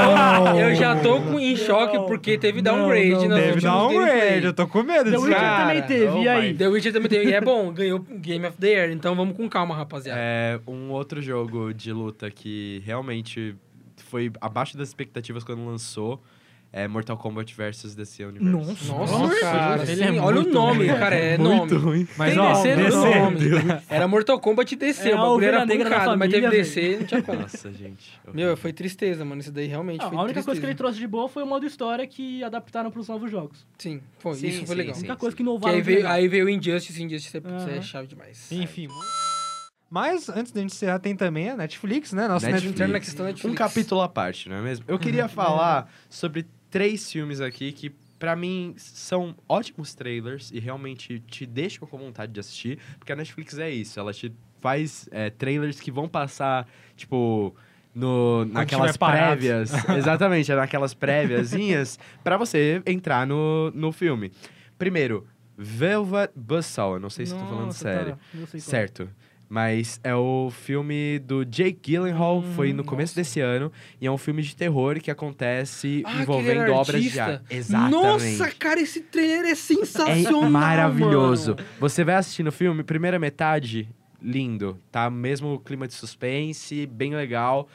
[SPEAKER 5] tô, eu já tô com, em choque
[SPEAKER 4] Não.
[SPEAKER 5] porque teve
[SPEAKER 4] Não,
[SPEAKER 5] downgrade.
[SPEAKER 4] não,
[SPEAKER 5] nas
[SPEAKER 2] Teve
[SPEAKER 5] últimas
[SPEAKER 2] downgrade,
[SPEAKER 5] gameplay.
[SPEAKER 2] eu tô com medo
[SPEAKER 4] The
[SPEAKER 2] disso.
[SPEAKER 4] Witcher
[SPEAKER 5] cara,
[SPEAKER 4] também teve,
[SPEAKER 3] oh
[SPEAKER 4] e aí?
[SPEAKER 3] my
[SPEAKER 5] The Witcher também tem. E é bom, ganhou o Game of the Year. Então vamos com calma, rapaziada.
[SPEAKER 3] É um outro jogo de luta que realmente foi abaixo das expectativas quando lançou. É Mortal Kombat vs DC Universe.
[SPEAKER 5] Nossa,
[SPEAKER 1] Nossa,
[SPEAKER 5] cara.
[SPEAKER 1] ele é
[SPEAKER 5] sim, olha o
[SPEAKER 1] muito
[SPEAKER 5] nome,
[SPEAKER 1] ruim.
[SPEAKER 5] cara. É
[SPEAKER 3] Muito
[SPEAKER 5] nome.
[SPEAKER 3] ruim.
[SPEAKER 2] Mas
[SPEAKER 5] Tem
[SPEAKER 2] ó,
[SPEAKER 5] DC no
[SPEAKER 2] DC.
[SPEAKER 5] nome. Era Mortal Kombat e DC.
[SPEAKER 4] É
[SPEAKER 5] o
[SPEAKER 4] a
[SPEAKER 5] bagulho era
[SPEAKER 4] ovelha negra da
[SPEAKER 5] pancado, mas teve
[SPEAKER 4] família,
[SPEAKER 5] DC, não tinha como.
[SPEAKER 3] Nossa, gente.
[SPEAKER 5] Meu, foi tristeza, mano. Isso daí realmente
[SPEAKER 4] Ah,
[SPEAKER 5] foi
[SPEAKER 4] a única coisa que ele
[SPEAKER 5] tristeza.
[SPEAKER 4] trouxe de boa foi o modo história que adaptaram pros novos jogos.
[SPEAKER 5] Sim, foi.
[SPEAKER 3] Sim,
[SPEAKER 5] isso foi
[SPEAKER 3] sim,
[SPEAKER 5] legal.
[SPEAKER 4] A
[SPEAKER 3] sim.
[SPEAKER 4] única coisa
[SPEAKER 5] Que
[SPEAKER 4] que inovaram...
[SPEAKER 5] aí,
[SPEAKER 4] de
[SPEAKER 5] veio,
[SPEAKER 4] legal.
[SPEAKER 5] aí veio o Injustice. Injustice é, isso é
[SPEAKER 4] Aham.
[SPEAKER 5] chave demais.
[SPEAKER 2] Enfim. Mas antes da gente encerrar, tem também a Netflix, né? Nossa
[SPEAKER 3] Netflix.
[SPEAKER 5] Entrando na
[SPEAKER 2] Netflix.
[SPEAKER 5] questão é da Netflix.
[SPEAKER 3] Um capítulo à parte, não é mesmo? Eu queria falar sobre três filmes aqui que, pra mim, são ótimos trailers e realmente te deixam com vontade de assistir, porque a Netflix é isso, ela te faz é, trailers que vão passar, tipo. No, naquelas
[SPEAKER 2] tiver parado.
[SPEAKER 3] prévias. Exatamente, é naquelas préviazinhas pra você entrar no, no filme. Primeiro, Velvet Buzzsaw. Eu não sei se eu tô falando
[SPEAKER 4] Nossa,
[SPEAKER 3] sério.
[SPEAKER 4] tá, não
[SPEAKER 5] é.
[SPEAKER 4] sei qual.
[SPEAKER 3] Certo. Mas é o filme do Jake Gyllenhaal,
[SPEAKER 5] Hum,
[SPEAKER 3] foi no começo desse ano, e é um filme de terror que acontece
[SPEAKER 5] Ah, que ele
[SPEAKER 3] envolvendo
[SPEAKER 5] era
[SPEAKER 3] obras de
[SPEAKER 5] artista.
[SPEAKER 3] arte. Exatamente.
[SPEAKER 5] Nossa, cara, esse trailer é sensacional.
[SPEAKER 3] é maravilhoso.
[SPEAKER 5] mano.
[SPEAKER 3] Você vai assistindo o filme, primeira metade, lindo, tá? Mesmo clima de suspense, bem legal.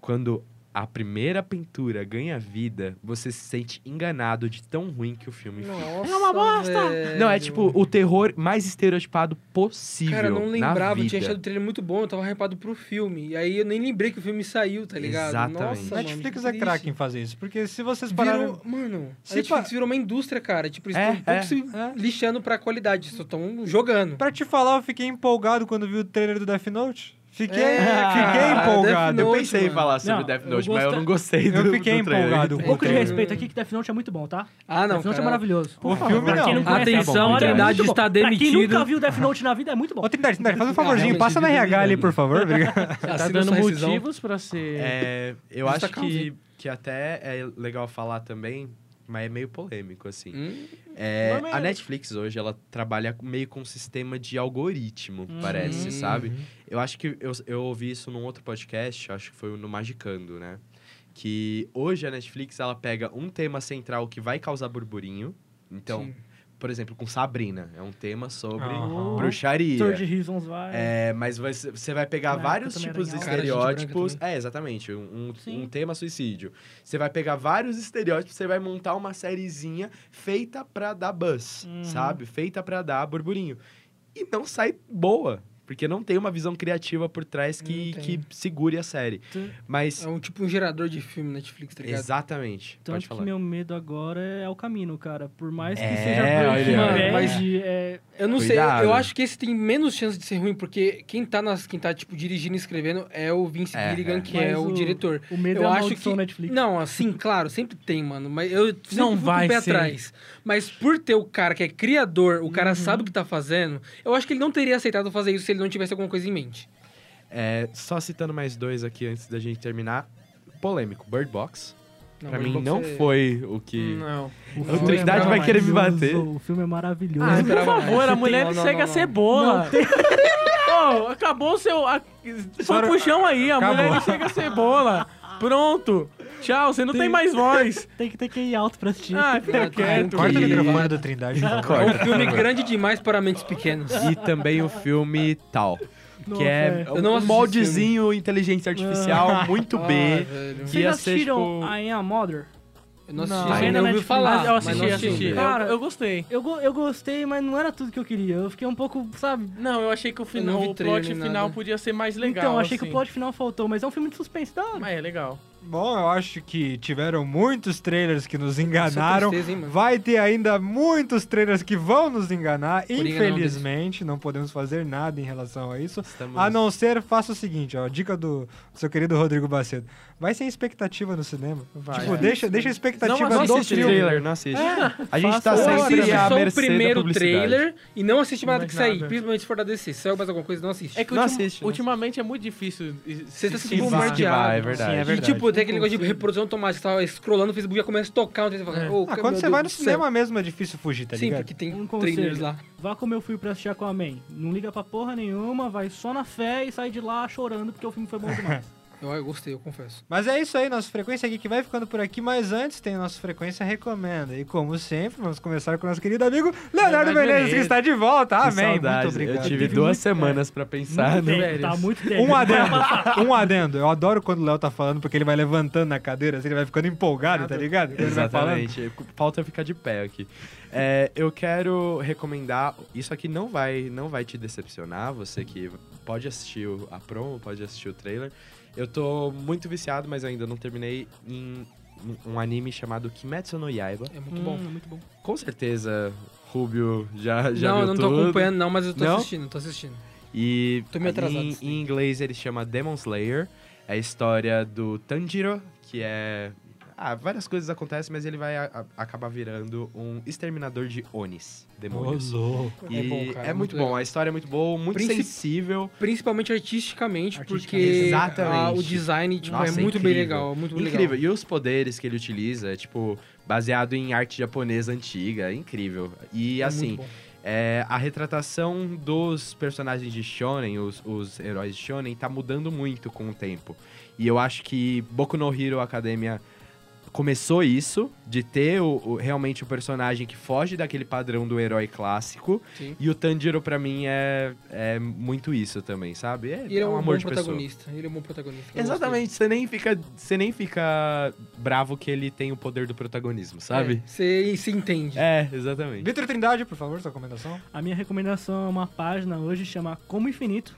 [SPEAKER 3] Quando a primeira pintura ganha vida, você se sente enganado de tão ruim que o filme fica.
[SPEAKER 5] Nossa, é uma bosta.
[SPEAKER 3] Não, é tipo o terror mais estereotipado possível.
[SPEAKER 5] Cara, eu não
[SPEAKER 3] na
[SPEAKER 5] lembrava, eu
[SPEAKER 3] vida.
[SPEAKER 5] tinha achado o trailer muito bom, eu tava hypado pro filme. E aí eu nem lembrei que o filme saiu, tá ligado?
[SPEAKER 3] Exatamente.
[SPEAKER 5] Nossa, mano,
[SPEAKER 2] Netflix
[SPEAKER 5] que
[SPEAKER 2] é
[SPEAKER 5] triste.
[SPEAKER 2] craque em fazer isso, porque se vocês pararem...
[SPEAKER 5] Virou, mano, a
[SPEAKER 2] Se
[SPEAKER 5] Netflix
[SPEAKER 2] pa-
[SPEAKER 5] virou uma indústria, cara. Tipo, eles
[SPEAKER 3] É,
[SPEAKER 5] estão pouco
[SPEAKER 3] é.
[SPEAKER 5] se
[SPEAKER 2] É.
[SPEAKER 5] lixando pra qualidade, só estão jogando.
[SPEAKER 2] Pra te falar, eu fiquei empolgado quando vi o trailer do Death Note. Fiquei,
[SPEAKER 5] É,
[SPEAKER 2] fiquei
[SPEAKER 5] cara,
[SPEAKER 2] empolgado.
[SPEAKER 5] Death
[SPEAKER 3] Ah, Eu
[SPEAKER 5] Note,
[SPEAKER 3] pensei em
[SPEAKER 5] mano.
[SPEAKER 3] falar sobre
[SPEAKER 4] Não,
[SPEAKER 3] Death
[SPEAKER 4] eu
[SPEAKER 3] Note, mas eu
[SPEAKER 4] gosto-
[SPEAKER 3] não gostei do
[SPEAKER 2] Eu fiquei
[SPEAKER 3] do trailer.
[SPEAKER 2] empolgado.
[SPEAKER 4] Um pouco de
[SPEAKER 5] Então-
[SPEAKER 4] respeito aqui que Death Note é muito bom, tá?
[SPEAKER 5] Ah, não,
[SPEAKER 4] Death Note é
[SPEAKER 5] cara.
[SPEAKER 4] maravilhoso.
[SPEAKER 2] O filme
[SPEAKER 4] Pra quem
[SPEAKER 2] não.
[SPEAKER 4] não conhece a
[SPEAKER 5] Atenção,
[SPEAKER 4] história, é
[SPEAKER 5] Trindade
[SPEAKER 4] muito bom.
[SPEAKER 5] está
[SPEAKER 4] Pra quem nunca
[SPEAKER 5] demitido.
[SPEAKER 4] viu Death Note na vida, é muito bom.
[SPEAKER 2] Ô, Trindade, Trindade, faz um favorzinho,
[SPEAKER 5] Realmente,
[SPEAKER 2] passa na
[SPEAKER 5] devia
[SPEAKER 2] RH ali,
[SPEAKER 5] mesmo.
[SPEAKER 2] por favor. obrigado.
[SPEAKER 1] Tá
[SPEAKER 5] Assina
[SPEAKER 1] dando
[SPEAKER 5] sua rescisão.
[SPEAKER 1] motivos pra ser...
[SPEAKER 3] É, eu
[SPEAKER 5] Justa
[SPEAKER 3] acho
[SPEAKER 5] causa,
[SPEAKER 3] que, que até é legal falar também, mas é meio polêmico, assim.
[SPEAKER 5] Hum?
[SPEAKER 3] É,
[SPEAKER 1] Não é
[SPEAKER 3] a
[SPEAKER 1] mesmo.
[SPEAKER 3] Netflix hoje, ela trabalha meio com um sistema de algoritmo,
[SPEAKER 5] Hum.
[SPEAKER 3] parece, sabe? Eu acho que eu, eu ouvi isso num outro podcast, acho que foi no Magicando, né? Que hoje a Netflix, ela pega um tema central que vai causar burburinho. Então,
[SPEAKER 5] Sim.
[SPEAKER 3] por exemplo, com Sabrina. É um tema sobre
[SPEAKER 2] Aham.
[SPEAKER 3] bruxaria.
[SPEAKER 4] Third Reasons vai.
[SPEAKER 3] Ah, É, mas vai ser- você vai pegar
[SPEAKER 4] Branca
[SPEAKER 3] vários
[SPEAKER 4] também
[SPEAKER 3] tipos de
[SPEAKER 4] era
[SPEAKER 5] legal. Cara, gente
[SPEAKER 3] estereótipos.
[SPEAKER 5] branca
[SPEAKER 3] É, exatamente. Um, um,
[SPEAKER 4] Sim.
[SPEAKER 3] um tema suicídio. Você vai pegar vários estereótipos, você vai montar uma sériezinha feita pra dar buzz,
[SPEAKER 4] Uhum.
[SPEAKER 3] sabe? Feita pra dar burburinho. E não sai boa. Porque não tem uma visão criativa por trás que,
[SPEAKER 5] Não tem.
[SPEAKER 3] que segure a série.
[SPEAKER 4] Tan-
[SPEAKER 3] Mas.
[SPEAKER 5] É um tipo um gerador de filme Netflix, tá ligado?
[SPEAKER 3] Exatamente. Pode
[SPEAKER 4] Tanto Então, que
[SPEAKER 3] falar.
[SPEAKER 4] meu medo agora é o caminho, cara. Por mais que
[SPEAKER 3] É,
[SPEAKER 4] seja
[SPEAKER 3] olha aí,
[SPEAKER 5] ó.
[SPEAKER 4] Breaking
[SPEAKER 5] Mas-
[SPEAKER 4] Bad, é...
[SPEAKER 5] Eu não
[SPEAKER 3] Cuidado.
[SPEAKER 5] sei, eu acho que esse tem menos chance de ser ruim, porque quem tá, nas, quem tá tipo, dirigindo e escrevendo é o Vince
[SPEAKER 3] É,
[SPEAKER 5] Gilligan,
[SPEAKER 3] é.
[SPEAKER 5] que é
[SPEAKER 4] mas
[SPEAKER 5] o, diretor.
[SPEAKER 4] O medo
[SPEAKER 5] Eu
[SPEAKER 4] é a
[SPEAKER 5] acho
[SPEAKER 4] maldição
[SPEAKER 5] que-
[SPEAKER 4] Netflix.
[SPEAKER 5] Não, assim, claro, sempre tem, mano. Mas eu sempre
[SPEAKER 1] Não
[SPEAKER 5] fui com
[SPEAKER 1] vai
[SPEAKER 5] o pé
[SPEAKER 1] ser.
[SPEAKER 5] atrás. Mas por ter o cara que é criador, o cara sabe o que tá fazendo, eu acho que ele não teria aceitado fazer isso se ele não tivesse alguma coisa em mente.
[SPEAKER 3] É, só citando mais dois aqui antes da gente terminar. Polêmico, Bird Box. pra
[SPEAKER 5] Bird
[SPEAKER 3] mim
[SPEAKER 5] Box
[SPEAKER 3] não
[SPEAKER 5] é-
[SPEAKER 3] foi o que.
[SPEAKER 1] Não.
[SPEAKER 4] O
[SPEAKER 3] A
[SPEAKER 4] filme
[SPEAKER 3] Trindade
[SPEAKER 4] é
[SPEAKER 3] vai querer me
[SPEAKER 4] maravilhoso,
[SPEAKER 3] bater.
[SPEAKER 4] O filme é maravilhoso.
[SPEAKER 5] Ah,
[SPEAKER 1] Mas, por
[SPEAKER 5] esperava mais.
[SPEAKER 1] favor, a
[SPEAKER 5] Não,
[SPEAKER 1] mulher
[SPEAKER 5] não, não,
[SPEAKER 1] segue a
[SPEAKER 5] não.
[SPEAKER 1] cebola. Pô, acabou o seu. a- Foi
[SPEAKER 2] Senhora-
[SPEAKER 1] pro chão aí, a
[SPEAKER 2] Acabou.
[SPEAKER 1] mulher ele segue a cebola. Pronto. Tchau, você não tem,
[SPEAKER 4] Tem-
[SPEAKER 1] mais voz.
[SPEAKER 4] Tem que ter que ir alto pra assistir.
[SPEAKER 1] Ah, fica
[SPEAKER 5] Não,
[SPEAKER 1] quieto.
[SPEAKER 2] Corta o
[SPEAKER 3] E-
[SPEAKER 2] microfone do Trindade. então.
[SPEAKER 5] É
[SPEAKER 3] Corta,
[SPEAKER 5] um filme
[SPEAKER 3] por favor.
[SPEAKER 5] grande demais para mentes pequenas.
[SPEAKER 3] E também o filme Tal.
[SPEAKER 4] Nossa,
[SPEAKER 3] que é
[SPEAKER 5] Eu não
[SPEAKER 3] um
[SPEAKER 5] assisti
[SPEAKER 3] moldezinho inteligência artificial muito
[SPEAKER 5] Ah,
[SPEAKER 3] B.
[SPEAKER 5] velho.
[SPEAKER 3] que
[SPEAKER 4] Vocês
[SPEAKER 3] ia ser,
[SPEAKER 4] assistiram
[SPEAKER 3] tipo-
[SPEAKER 4] I Am a Mother?
[SPEAKER 5] Eu não
[SPEAKER 1] Não.
[SPEAKER 5] assisti,
[SPEAKER 3] Ainda
[SPEAKER 5] ainda eu
[SPEAKER 4] na
[SPEAKER 5] ouvi
[SPEAKER 4] Netflix.
[SPEAKER 5] falar.
[SPEAKER 1] Ah, eu
[SPEAKER 5] mas não Ah,
[SPEAKER 1] assisti, assisti. Eu,
[SPEAKER 4] Cara,
[SPEAKER 1] eu gostei.
[SPEAKER 4] Eu, go- eu gostei, mas não era tudo que eu queria. Eu fiquei um pouco, sabe...
[SPEAKER 1] Não, eu achei que o,
[SPEAKER 5] Eu
[SPEAKER 1] final,
[SPEAKER 5] não vi
[SPEAKER 1] o
[SPEAKER 5] trailer
[SPEAKER 1] plot
[SPEAKER 5] nem
[SPEAKER 1] final
[SPEAKER 5] nada.
[SPEAKER 1] podia ser mais legal.
[SPEAKER 4] então, achei que o
[SPEAKER 1] assim.
[SPEAKER 4] plot final faltou, mas é um filme de suspense da hora.
[SPEAKER 1] Mas é legal.
[SPEAKER 2] Bom, eu acho que tiveram muitos trailers que nos enganaram.
[SPEAKER 5] tristeza, hein, mano?
[SPEAKER 2] Vai ter ainda muitos trailers que vão nos enganar.
[SPEAKER 5] Coringa não
[SPEAKER 2] Infelizmente, não podemos fazer nada em relação a isso.
[SPEAKER 3] Estamos-
[SPEAKER 2] A Ah, não ser, faça o seguinte, ó, dica do seu querido Rodrigo Bacedo. Vai sem expectativa no cinema.
[SPEAKER 1] Vai.
[SPEAKER 2] Tipo, deixa, deixa a expectativa
[SPEAKER 1] Não
[SPEAKER 3] Não
[SPEAKER 2] do
[SPEAKER 3] assiste
[SPEAKER 1] assiste
[SPEAKER 2] filme.
[SPEAKER 3] trailer, não assiste. A gente tá
[SPEAKER 4] Faça-
[SPEAKER 5] Ou
[SPEAKER 3] sempre
[SPEAKER 5] assiste
[SPEAKER 3] à
[SPEAKER 5] só o
[SPEAKER 3] mercê da
[SPEAKER 5] primeiro
[SPEAKER 3] publicidade.
[SPEAKER 5] trailer e não assiste mais nada
[SPEAKER 1] Mais
[SPEAKER 5] que sair.
[SPEAKER 1] nada.
[SPEAKER 5] Principalmente se for da DC. Se saiu mais alguma coisa, não assiste.
[SPEAKER 1] É que
[SPEAKER 3] Não
[SPEAKER 1] ultim-
[SPEAKER 3] assiste, não
[SPEAKER 1] ultimamente é muito difícil. e-
[SPEAKER 5] Você tá
[SPEAKER 1] se
[SPEAKER 5] sendo
[SPEAKER 1] esquivar.
[SPEAKER 3] bombardeado. esquivar, é verdade.
[SPEAKER 2] Sim, é
[SPEAKER 5] E,
[SPEAKER 2] verdade.
[SPEAKER 5] tipo, tem aquele negócio de reprodução automática. Você tava scrollando, o Facebook já começa a tocar. Um trailer, você fala,
[SPEAKER 1] É.
[SPEAKER 5] "Ô,
[SPEAKER 2] Ah,
[SPEAKER 5] meu
[SPEAKER 2] quando você
[SPEAKER 5] Deus
[SPEAKER 2] vai
[SPEAKER 5] do
[SPEAKER 2] no
[SPEAKER 5] céu."
[SPEAKER 2] cinema mesmo é difícil fugir, tá
[SPEAKER 5] Sim,
[SPEAKER 2] ligado?
[SPEAKER 5] porque tem
[SPEAKER 4] Um conselho.
[SPEAKER 5] trailers lá.
[SPEAKER 4] Vá como eu fui pra assistir Aquaman. Não liga pra porra nenhuma, vai só na fé e sai de lá chorando porque o filme foi bom demais.
[SPEAKER 5] Eu, eu gostei, eu confesso.
[SPEAKER 2] Mas é isso aí, nosso Frequência Geek vai ficando por aqui, mas antes tem o nosso Frequência Recomenda. E como sempre, vamos começar com o nosso querido amigo Leonardo
[SPEAKER 1] Leonardo
[SPEAKER 2] Menezes, que
[SPEAKER 1] Menezes.
[SPEAKER 2] está de volta.
[SPEAKER 3] Que
[SPEAKER 2] Amém, muito
[SPEAKER 3] saudade.
[SPEAKER 2] obrigado.
[SPEAKER 3] Eu tive
[SPEAKER 4] Teve
[SPEAKER 3] duas
[SPEAKER 4] muito-
[SPEAKER 3] semanas pra pensar.
[SPEAKER 4] Muito tempo,
[SPEAKER 3] No...
[SPEAKER 4] tá muito tempo.
[SPEAKER 2] Um adendo, um adendo. Eu adoro quando o Léo tá falando, porque ele vai levantando na cadeira, assim, ele vai ficando empolgado, tá ligado? Quando Ele vai falando.
[SPEAKER 3] Exatamente. Falta eu ficar de pé aqui. É, eu quero recomendar. Isso aqui não vai, não vai te decepcionar. Você que pode assistir o- a promo, pode assistir o trailer. Eu tô muito viciado, mas ainda não terminei em um anime chamado Kimetsu no Yaiba.
[SPEAKER 5] É muito
[SPEAKER 3] Hum,
[SPEAKER 5] bom.
[SPEAKER 4] muito bom.
[SPEAKER 3] Com certeza, Rubio já, já
[SPEAKER 5] não,
[SPEAKER 3] viu
[SPEAKER 5] eu não tô
[SPEAKER 3] tudo.
[SPEAKER 5] acompanhando, não, mas eu tô
[SPEAKER 3] Não?
[SPEAKER 5] assistindo, tô assistindo.
[SPEAKER 3] E
[SPEAKER 5] Tô meio atrasado,
[SPEAKER 3] em,
[SPEAKER 5] sim.
[SPEAKER 3] em inglês ele chama Demon Slayer. É a história do Tanjiro, que é. Ah, várias coisas acontecem, mas ele vai a- a- acabar virando um exterminador de Onis, demônios. E
[SPEAKER 5] É bom, cara,
[SPEAKER 3] É muito
[SPEAKER 5] muito
[SPEAKER 3] bom,
[SPEAKER 5] legal.
[SPEAKER 3] a história é muito boa, muito
[SPEAKER 5] Princi-
[SPEAKER 3] sensível.
[SPEAKER 5] Principalmente artisticamente, porque
[SPEAKER 3] Exatamente.
[SPEAKER 5] a- o design tipo,
[SPEAKER 3] Nossa,
[SPEAKER 5] é muito bem
[SPEAKER 3] incrível.
[SPEAKER 5] legal. Muito bem
[SPEAKER 3] Incrível.
[SPEAKER 5] legal.
[SPEAKER 3] E os poderes que ele utiliza é, tipo, baseado em arte japonesa antiga. É incrível. E,
[SPEAKER 5] É muito
[SPEAKER 3] assim,
[SPEAKER 5] bom.
[SPEAKER 3] É, a retratação dos personagens de Shonen, os, os heróis de Shonen, tá mudando muito com o tempo. E eu acho que Boku no Hero Academia começou isso, de ter o- o- realmente o personagem que foge daquele padrão do herói clássico.
[SPEAKER 5] Sim.
[SPEAKER 3] E o Tanjiro, pra mim, é, é muito isso também, sabe? É,
[SPEAKER 5] E ele é
[SPEAKER 3] é
[SPEAKER 5] um,
[SPEAKER 3] amor
[SPEAKER 5] bom
[SPEAKER 3] de pessoa.
[SPEAKER 5] protagonista. Ele é um bom protagonista. eu
[SPEAKER 3] Exatamente, você nem, fica, você nem fica bravo que ele tem o poder do protagonismo,
[SPEAKER 5] gosto dele.
[SPEAKER 3] sabe?
[SPEAKER 5] É, Você se entende.
[SPEAKER 3] É, exatamente.
[SPEAKER 2] Vitor Trindade, por favor, sua recomendação.
[SPEAKER 4] A minha recomendação é uma página hoje chama Como Infinito.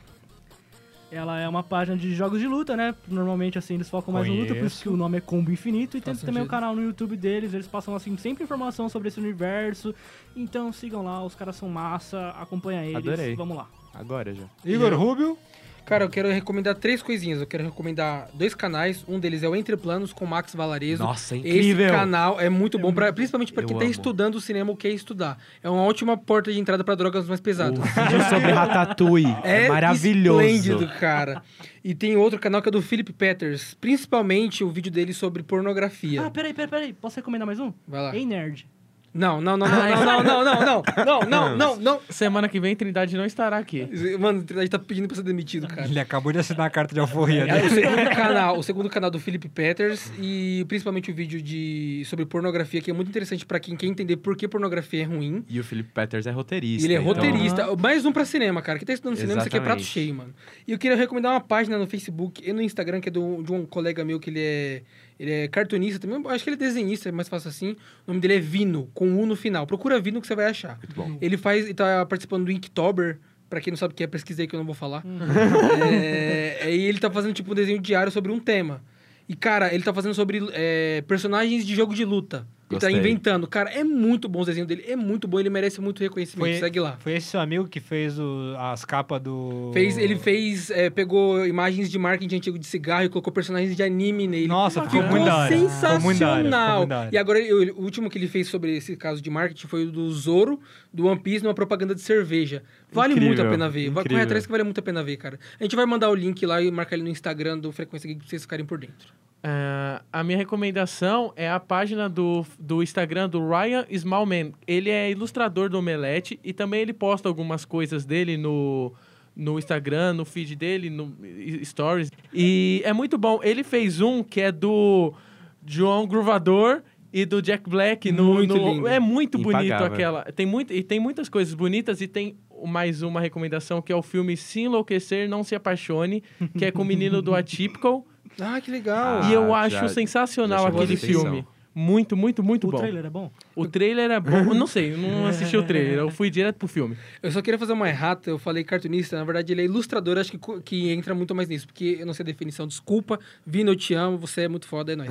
[SPEAKER 4] Ela é uma página de jogos de luta, né? Normalmente, assim, eles focam mais no luta, por isso
[SPEAKER 2] Conheço.
[SPEAKER 4] que o nome é Combo Infinito. E tem
[SPEAKER 5] Faz
[SPEAKER 4] também o
[SPEAKER 5] sentido.
[SPEAKER 4] canal no YouTube deles, eles passam, assim, sempre informação sobre esse universo. Então, sigam lá, os caras são massa, acompanha eles.
[SPEAKER 3] Adorei.
[SPEAKER 4] Vamos lá.
[SPEAKER 3] Agora já.
[SPEAKER 2] Igor Rubio.
[SPEAKER 5] Cara, eu quero recomendar três coisinhas. Eu quero recomendar dois canais. Um deles é o Entre Planos com o Max Valarezo.
[SPEAKER 3] Nossa, é
[SPEAKER 5] Esse
[SPEAKER 3] incrível!
[SPEAKER 5] canal é muito bom, pra, principalmente pra
[SPEAKER 3] Eu
[SPEAKER 5] quem tá
[SPEAKER 3] amo.
[SPEAKER 5] estudando o cinema ou quer estudar. É uma ótima porta de entrada pra drogas mais pesadas.
[SPEAKER 3] O vídeo sobre Ratatouille. É, maravilhoso.
[SPEAKER 5] esplêndido, cara. E tem outro canal que é do Philip Peters. Principalmente o vídeo dele sobre pornografia.
[SPEAKER 4] Ah, peraí, peraí, peraí. Posso recomendar mais um?
[SPEAKER 5] Vai
[SPEAKER 1] Tá.
[SPEAKER 5] lá.
[SPEAKER 4] Ei, nerd.
[SPEAKER 5] Não, não, não, não, não, não, não, não, não, não, não, não.
[SPEAKER 1] Semana que vem, Trindade não estará aqui.
[SPEAKER 5] Mano, a gente tá pedindo pra ser demitido, cara.
[SPEAKER 2] Ele acabou de assinar a carta de alforria né?
[SPEAKER 5] É,
[SPEAKER 2] dele.
[SPEAKER 5] o, segundo canal, o segundo canal do Felipe Peters e principalmente o vídeo de sobre pornografia, que é muito interessante pra quem quer entender por que pornografia é ruim.
[SPEAKER 3] E o Felipe Peters é roteirista.
[SPEAKER 5] E ele é
[SPEAKER 3] então-
[SPEAKER 5] roteirista. Mais um pra cinema, cara. Quem tá estudando cinema, isso aqui é prato
[SPEAKER 3] Exatamente.
[SPEAKER 5] cheio, mano. E eu queria recomendar uma página no Facebook e no Instagram, que é do- de um colega meu que ele é. Ele é cartunista também. Acho que ele é desenhista, é mais fácil assim. O nome dele é Vino, com U no final. Procura Vino que você vai achar.
[SPEAKER 3] Muito bom.
[SPEAKER 5] Ele faz. Ele tá participando do Inktober. Pra quem não sabe o que é, pesquisei que eu não vou falar. é, aí ele tá fazendo tipo um desenho diário sobre um tema. E, cara, ele tá fazendo sobre é, personagens de jogo de luta. Ele tá
[SPEAKER 3] Gostei.
[SPEAKER 5] inventando. Cara, é muito bom o desenho dele. É muito bom, ele merece muito reconhecimento.
[SPEAKER 2] Foi-
[SPEAKER 5] Segue lá.
[SPEAKER 2] Foi esse seu amigo que fez o- as capas do.
[SPEAKER 5] Fez, ele fez, é, pegou imagens de marketing antigo de cigarro e colocou personagens de anime nele.
[SPEAKER 2] Nossa, ficou,
[SPEAKER 5] Ficou
[SPEAKER 2] muito da hora.
[SPEAKER 5] sensacional.
[SPEAKER 2] Ficou muito da hora, ficou muito da hora.
[SPEAKER 5] E agora, ele- ele- o último que ele fez sobre esse caso de marketing foi o do Zoro, do One Piece, numa propaganda de cerveja. Vale
[SPEAKER 3] Incrível,
[SPEAKER 5] muito a pena ver. Vai correr
[SPEAKER 3] incrível.
[SPEAKER 5] atrás que vale muito a pena ver, cara. A gente vai mandar o link lá e marcar ele no Instagram do Frequência Geek pra vocês ficarem por dentro.
[SPEAKER 1] Ah, a minha recomendação é a página do, do Instagram do Ryan Smallman. Ele é ilustrador do Omelete e também ele posta algumas coisas dele no, no Instagram, no feed dele, no e- Stories. E é muito bom. Ele fez um que é do João Gruvador e do Jack Black. No,
[SPEAKER 5] Muito
[SPEAKER 1] no-
[SPEAKER 5] lindo.
[SPEAKER 1] É muito bonito
[SPEAKER 3] Impagável.
[SPEAKER 1] aquela. Tem muito, e tem muitas coisas bonitas e tem mais uma recomendação que é o filme Se Enlouquecer, Não Se Apaixone, que é com o menino do Atypical.
[SPEAKER 5] Ah, que legal!
[SPEAKER 3] Ah,
[SPEAKER 1] E eu
[SPEAKER 3] já-
[SPEAKER 1] acho sensacional
[SPEAKER 3] já chamou
[SPEAKER 1] aquele
[SPEAKER 3] atenção.
[SPEAKER 1] filme. Muito, muito, muito
[SPEAKER 4] O
[SPEAKER 1] bom.
[SPEAKER 4] trailer é bom?
[SPEAKER 1] O trailer é bom. Eu não sei, eu não assisti o trailer. Eu fui direto pro filme.
[SPEAKER 5] Eu só queria fazer uma errata, eu falei cartunista, na verdade ele é ilustrador, acho que, co- que entra muito mais nisso, porque eu não sei a definição, desculpa. Vino, eu te amo, você é muito foda, é nóis.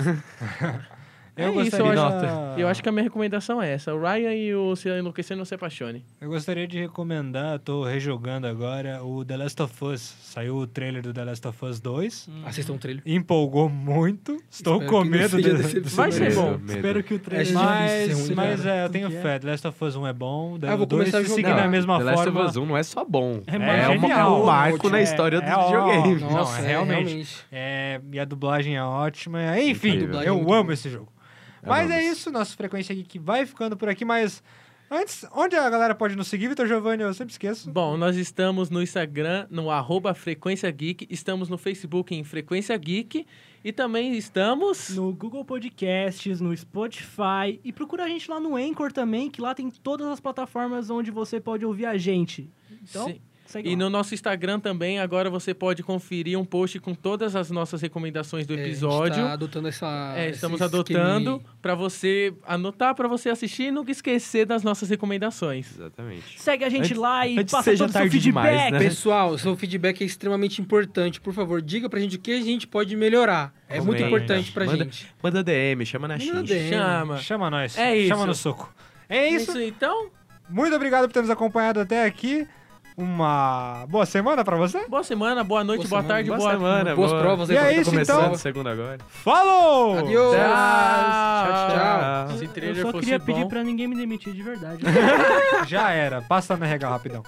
[SPEAKER 1] Eu é isso, eu
[SPEAKER 2] gostaria-
[SPEAKER 1] acho, eu acho que a minha recomendação é essa. O Ryan e o Se Enlouquecer Não Se Apaixone.
[SPEAKER 2] Eu gostaria de recomendar, tô rejogando agora, o The Last of Us. Saiu o trailer do The Last of Us 2.
[SPEAKER 5] Assistam o trailer.
[SPEAKER 2] empolgou muito. Estou
[SPEAKER 5] Hum. Espero
[SPEAKER 2] com
[SPEAKER 5] que não
[SPEAKER 2] medo
[SPEAKER 5] seja
[SPEAKER 2] de-
[SPEAKER 5] decepcionante.
[SPEAKER 1] Vai ser bom.
[SPEAKER 3] Medo.
[SPEAKER 4] Espero que o trailer...
[SPEAKER 5] É difícil ser
[SPEAKER 2] Mas,
[SPEAKER 5] ruim,
[SPEAKER 2] mas
[SPEAKER 4] cara.
[SPEAKER 2] é, eu tenho
[SPEAKER 4] Tudo que é.
[SPEAKER 2] fé. The Last of Us 1 é bom.
[SPEAKER 5] Ah, eu vou
[SPEAKER 2] o 2
[SPEAKER 5] começar a
[SPEAKER 2] se seguir
[SPEAKER 5] jogar.
[SPEAKER 2] na mesma
[SPEAKER 3] The Last
[SPEAKER 2] forma.
[SPEAKER 3] of Us 1 não é só bom.
[SPEAKER 4] É
[SPEAKER 3] É, uma-
[SPEAKER 2] genial.
[SPEAKER 3] é um marco na
[SPEAKER 4] É,
[SPEAKER 3] história
[SPEAKER 2] é
[SPEAKER 3] do videogame.
[SPEAKER 2] ótimo.
[SPEAKER 5] Nossa,
[SPEAKER 2] Não,
[SPEAKER 5] é,
[SPEAKER 2] realmente.
[SPEAKER 5] realmente.
[SPEAKER 2] É, e a dublagem é ótima. Enfim,
[SPEAKER 3] Incrível.
[SPEAKER 5] Dublagem é
[SPEAKER 2] eu
[SPEAKER 5] muito
[SPEAKER 2] amo
[SPEAKER 5] boa.
[SPEAKER 2] esse jogo. Mas é
[SPEAKER 3] Amamos.
[SPEAKER 2] isso, nossa frequência aqui que vai ficando por aqui, mas antes, onde a galera pode nos seguir, Vitor Giovanni? Eu sempre esqueço.
[SPEAKER 1] Bom, nós estamos no Instagram, no arroba Frequência Geek. Estamos no Facebook em Frequência Geek. E também estamos...
[SPEAKER 4] No Google Podcasts, no Spotify e procura a gente lá no Anchor também, que lá tem todas as plataformas onde você pode ouvir a gente. Então,
[SPEAKER 1] Sim.
[SPEAKER 4] segue
[SPEAKER 1] E
[SPEAKER 4] lá.
[SPEAKER 1] no nosso Instagram também, agora você pode conferir um post com todas as nossas recomendações do
[SPEAKER 5] É, a gente
[SPEAKER 1] episódio.
[SPEAKER 5] tá adotando essa.
[SPEAKER 1] É, estamos
[SPEAKER 5] esse
[SPEAKER 1] adotando
[SPEAKER 5] esqueminha
[SPEAKER 1] pra você anotar, pra você assistir e nunca esquecer das nossas recomendações.
[SPEAKER 3] Exatamente.
[SPEAKER 4] Segue a gente
[SPEAKER 3] Antes-
[SPEAKER 4] lá e
[SPEAKER 3] antes
[SPEAKER 4] passa
[SPEAKER 3] seja
[SPEAKER 4] todo o seu
[SPEAKER 3] tarde
[SPEAKER 4] feedback.
[SPEAKER 3] demais, né?
[SPEAKER 5] aí. Pessoal, seu feedback é extremamente importante. Por favor, diga pra gente o que a gente pode melhorar. É
[SPEAKER 3] Comenta.
[SPEAKER 5] muito importante pra
[SPEAKER 3] Manda-
[SPEAKER 5] gente.
[SPEAKER 3] Manda DM, chama na
[SPEAKER 5] Manda
[SPEAKER 3] Xinge.
[SPEAKER 5] DM. É.
[SPEAKER 1] Chama.
[SPEAKER 2] Chama nós.
[SPEAKER 1] É isso.
[SPEAKER 2] Chama no soco. É
[SPEAKER 1] É
[SPEAKER 2] isso.
[SPEAKER 1] isso então.
[SPEAKER 2] Muito obrigado por ter nos acompanhado até aqui. Uma boa semana pra você.
[SPEAKER 1] Boa semana, boa noite, boa,
[SPEAKER 5] Boa semana,
[SPEAKER 1] tarde,
[SPEAKER 3] Boa,
[SPEAKER 1] boa,
[SPEAKER 3] semana,
[SPEAKER 5] Boas
[SPEAKER 3] boa.
[SPEAKER 5] provas
[SPEAKER 2] E
[SPEAKER 5] aí pra
[SPEAKER 2] é
[SPEAKER 5] quem tá
[SPEAKER 2] isso,
[SPEAKER 5] começando.
[SPEAKER 2] então.
[SPEAKER 3] Começando segunda agora.
[SPEAKER 2] Falou!
[SPEAKER 5] Adeus.
[SPEAKER 1] Tchau.
[SPEAKER 5] Tchau.
[SPEAKER 1] Se
[SPEAKER 4] Eu
[SPEAKER 1] trailer
[SPEAKER 4] só
[SPEAKER 1] fosse
[SPEAKER 4] queria
[SPEAKER 1] bom-
[SPEAKER 4] pedir pra ninguém me demitir de verdade.
[SPEAKER 2] Já era. Passa na regal rapidão.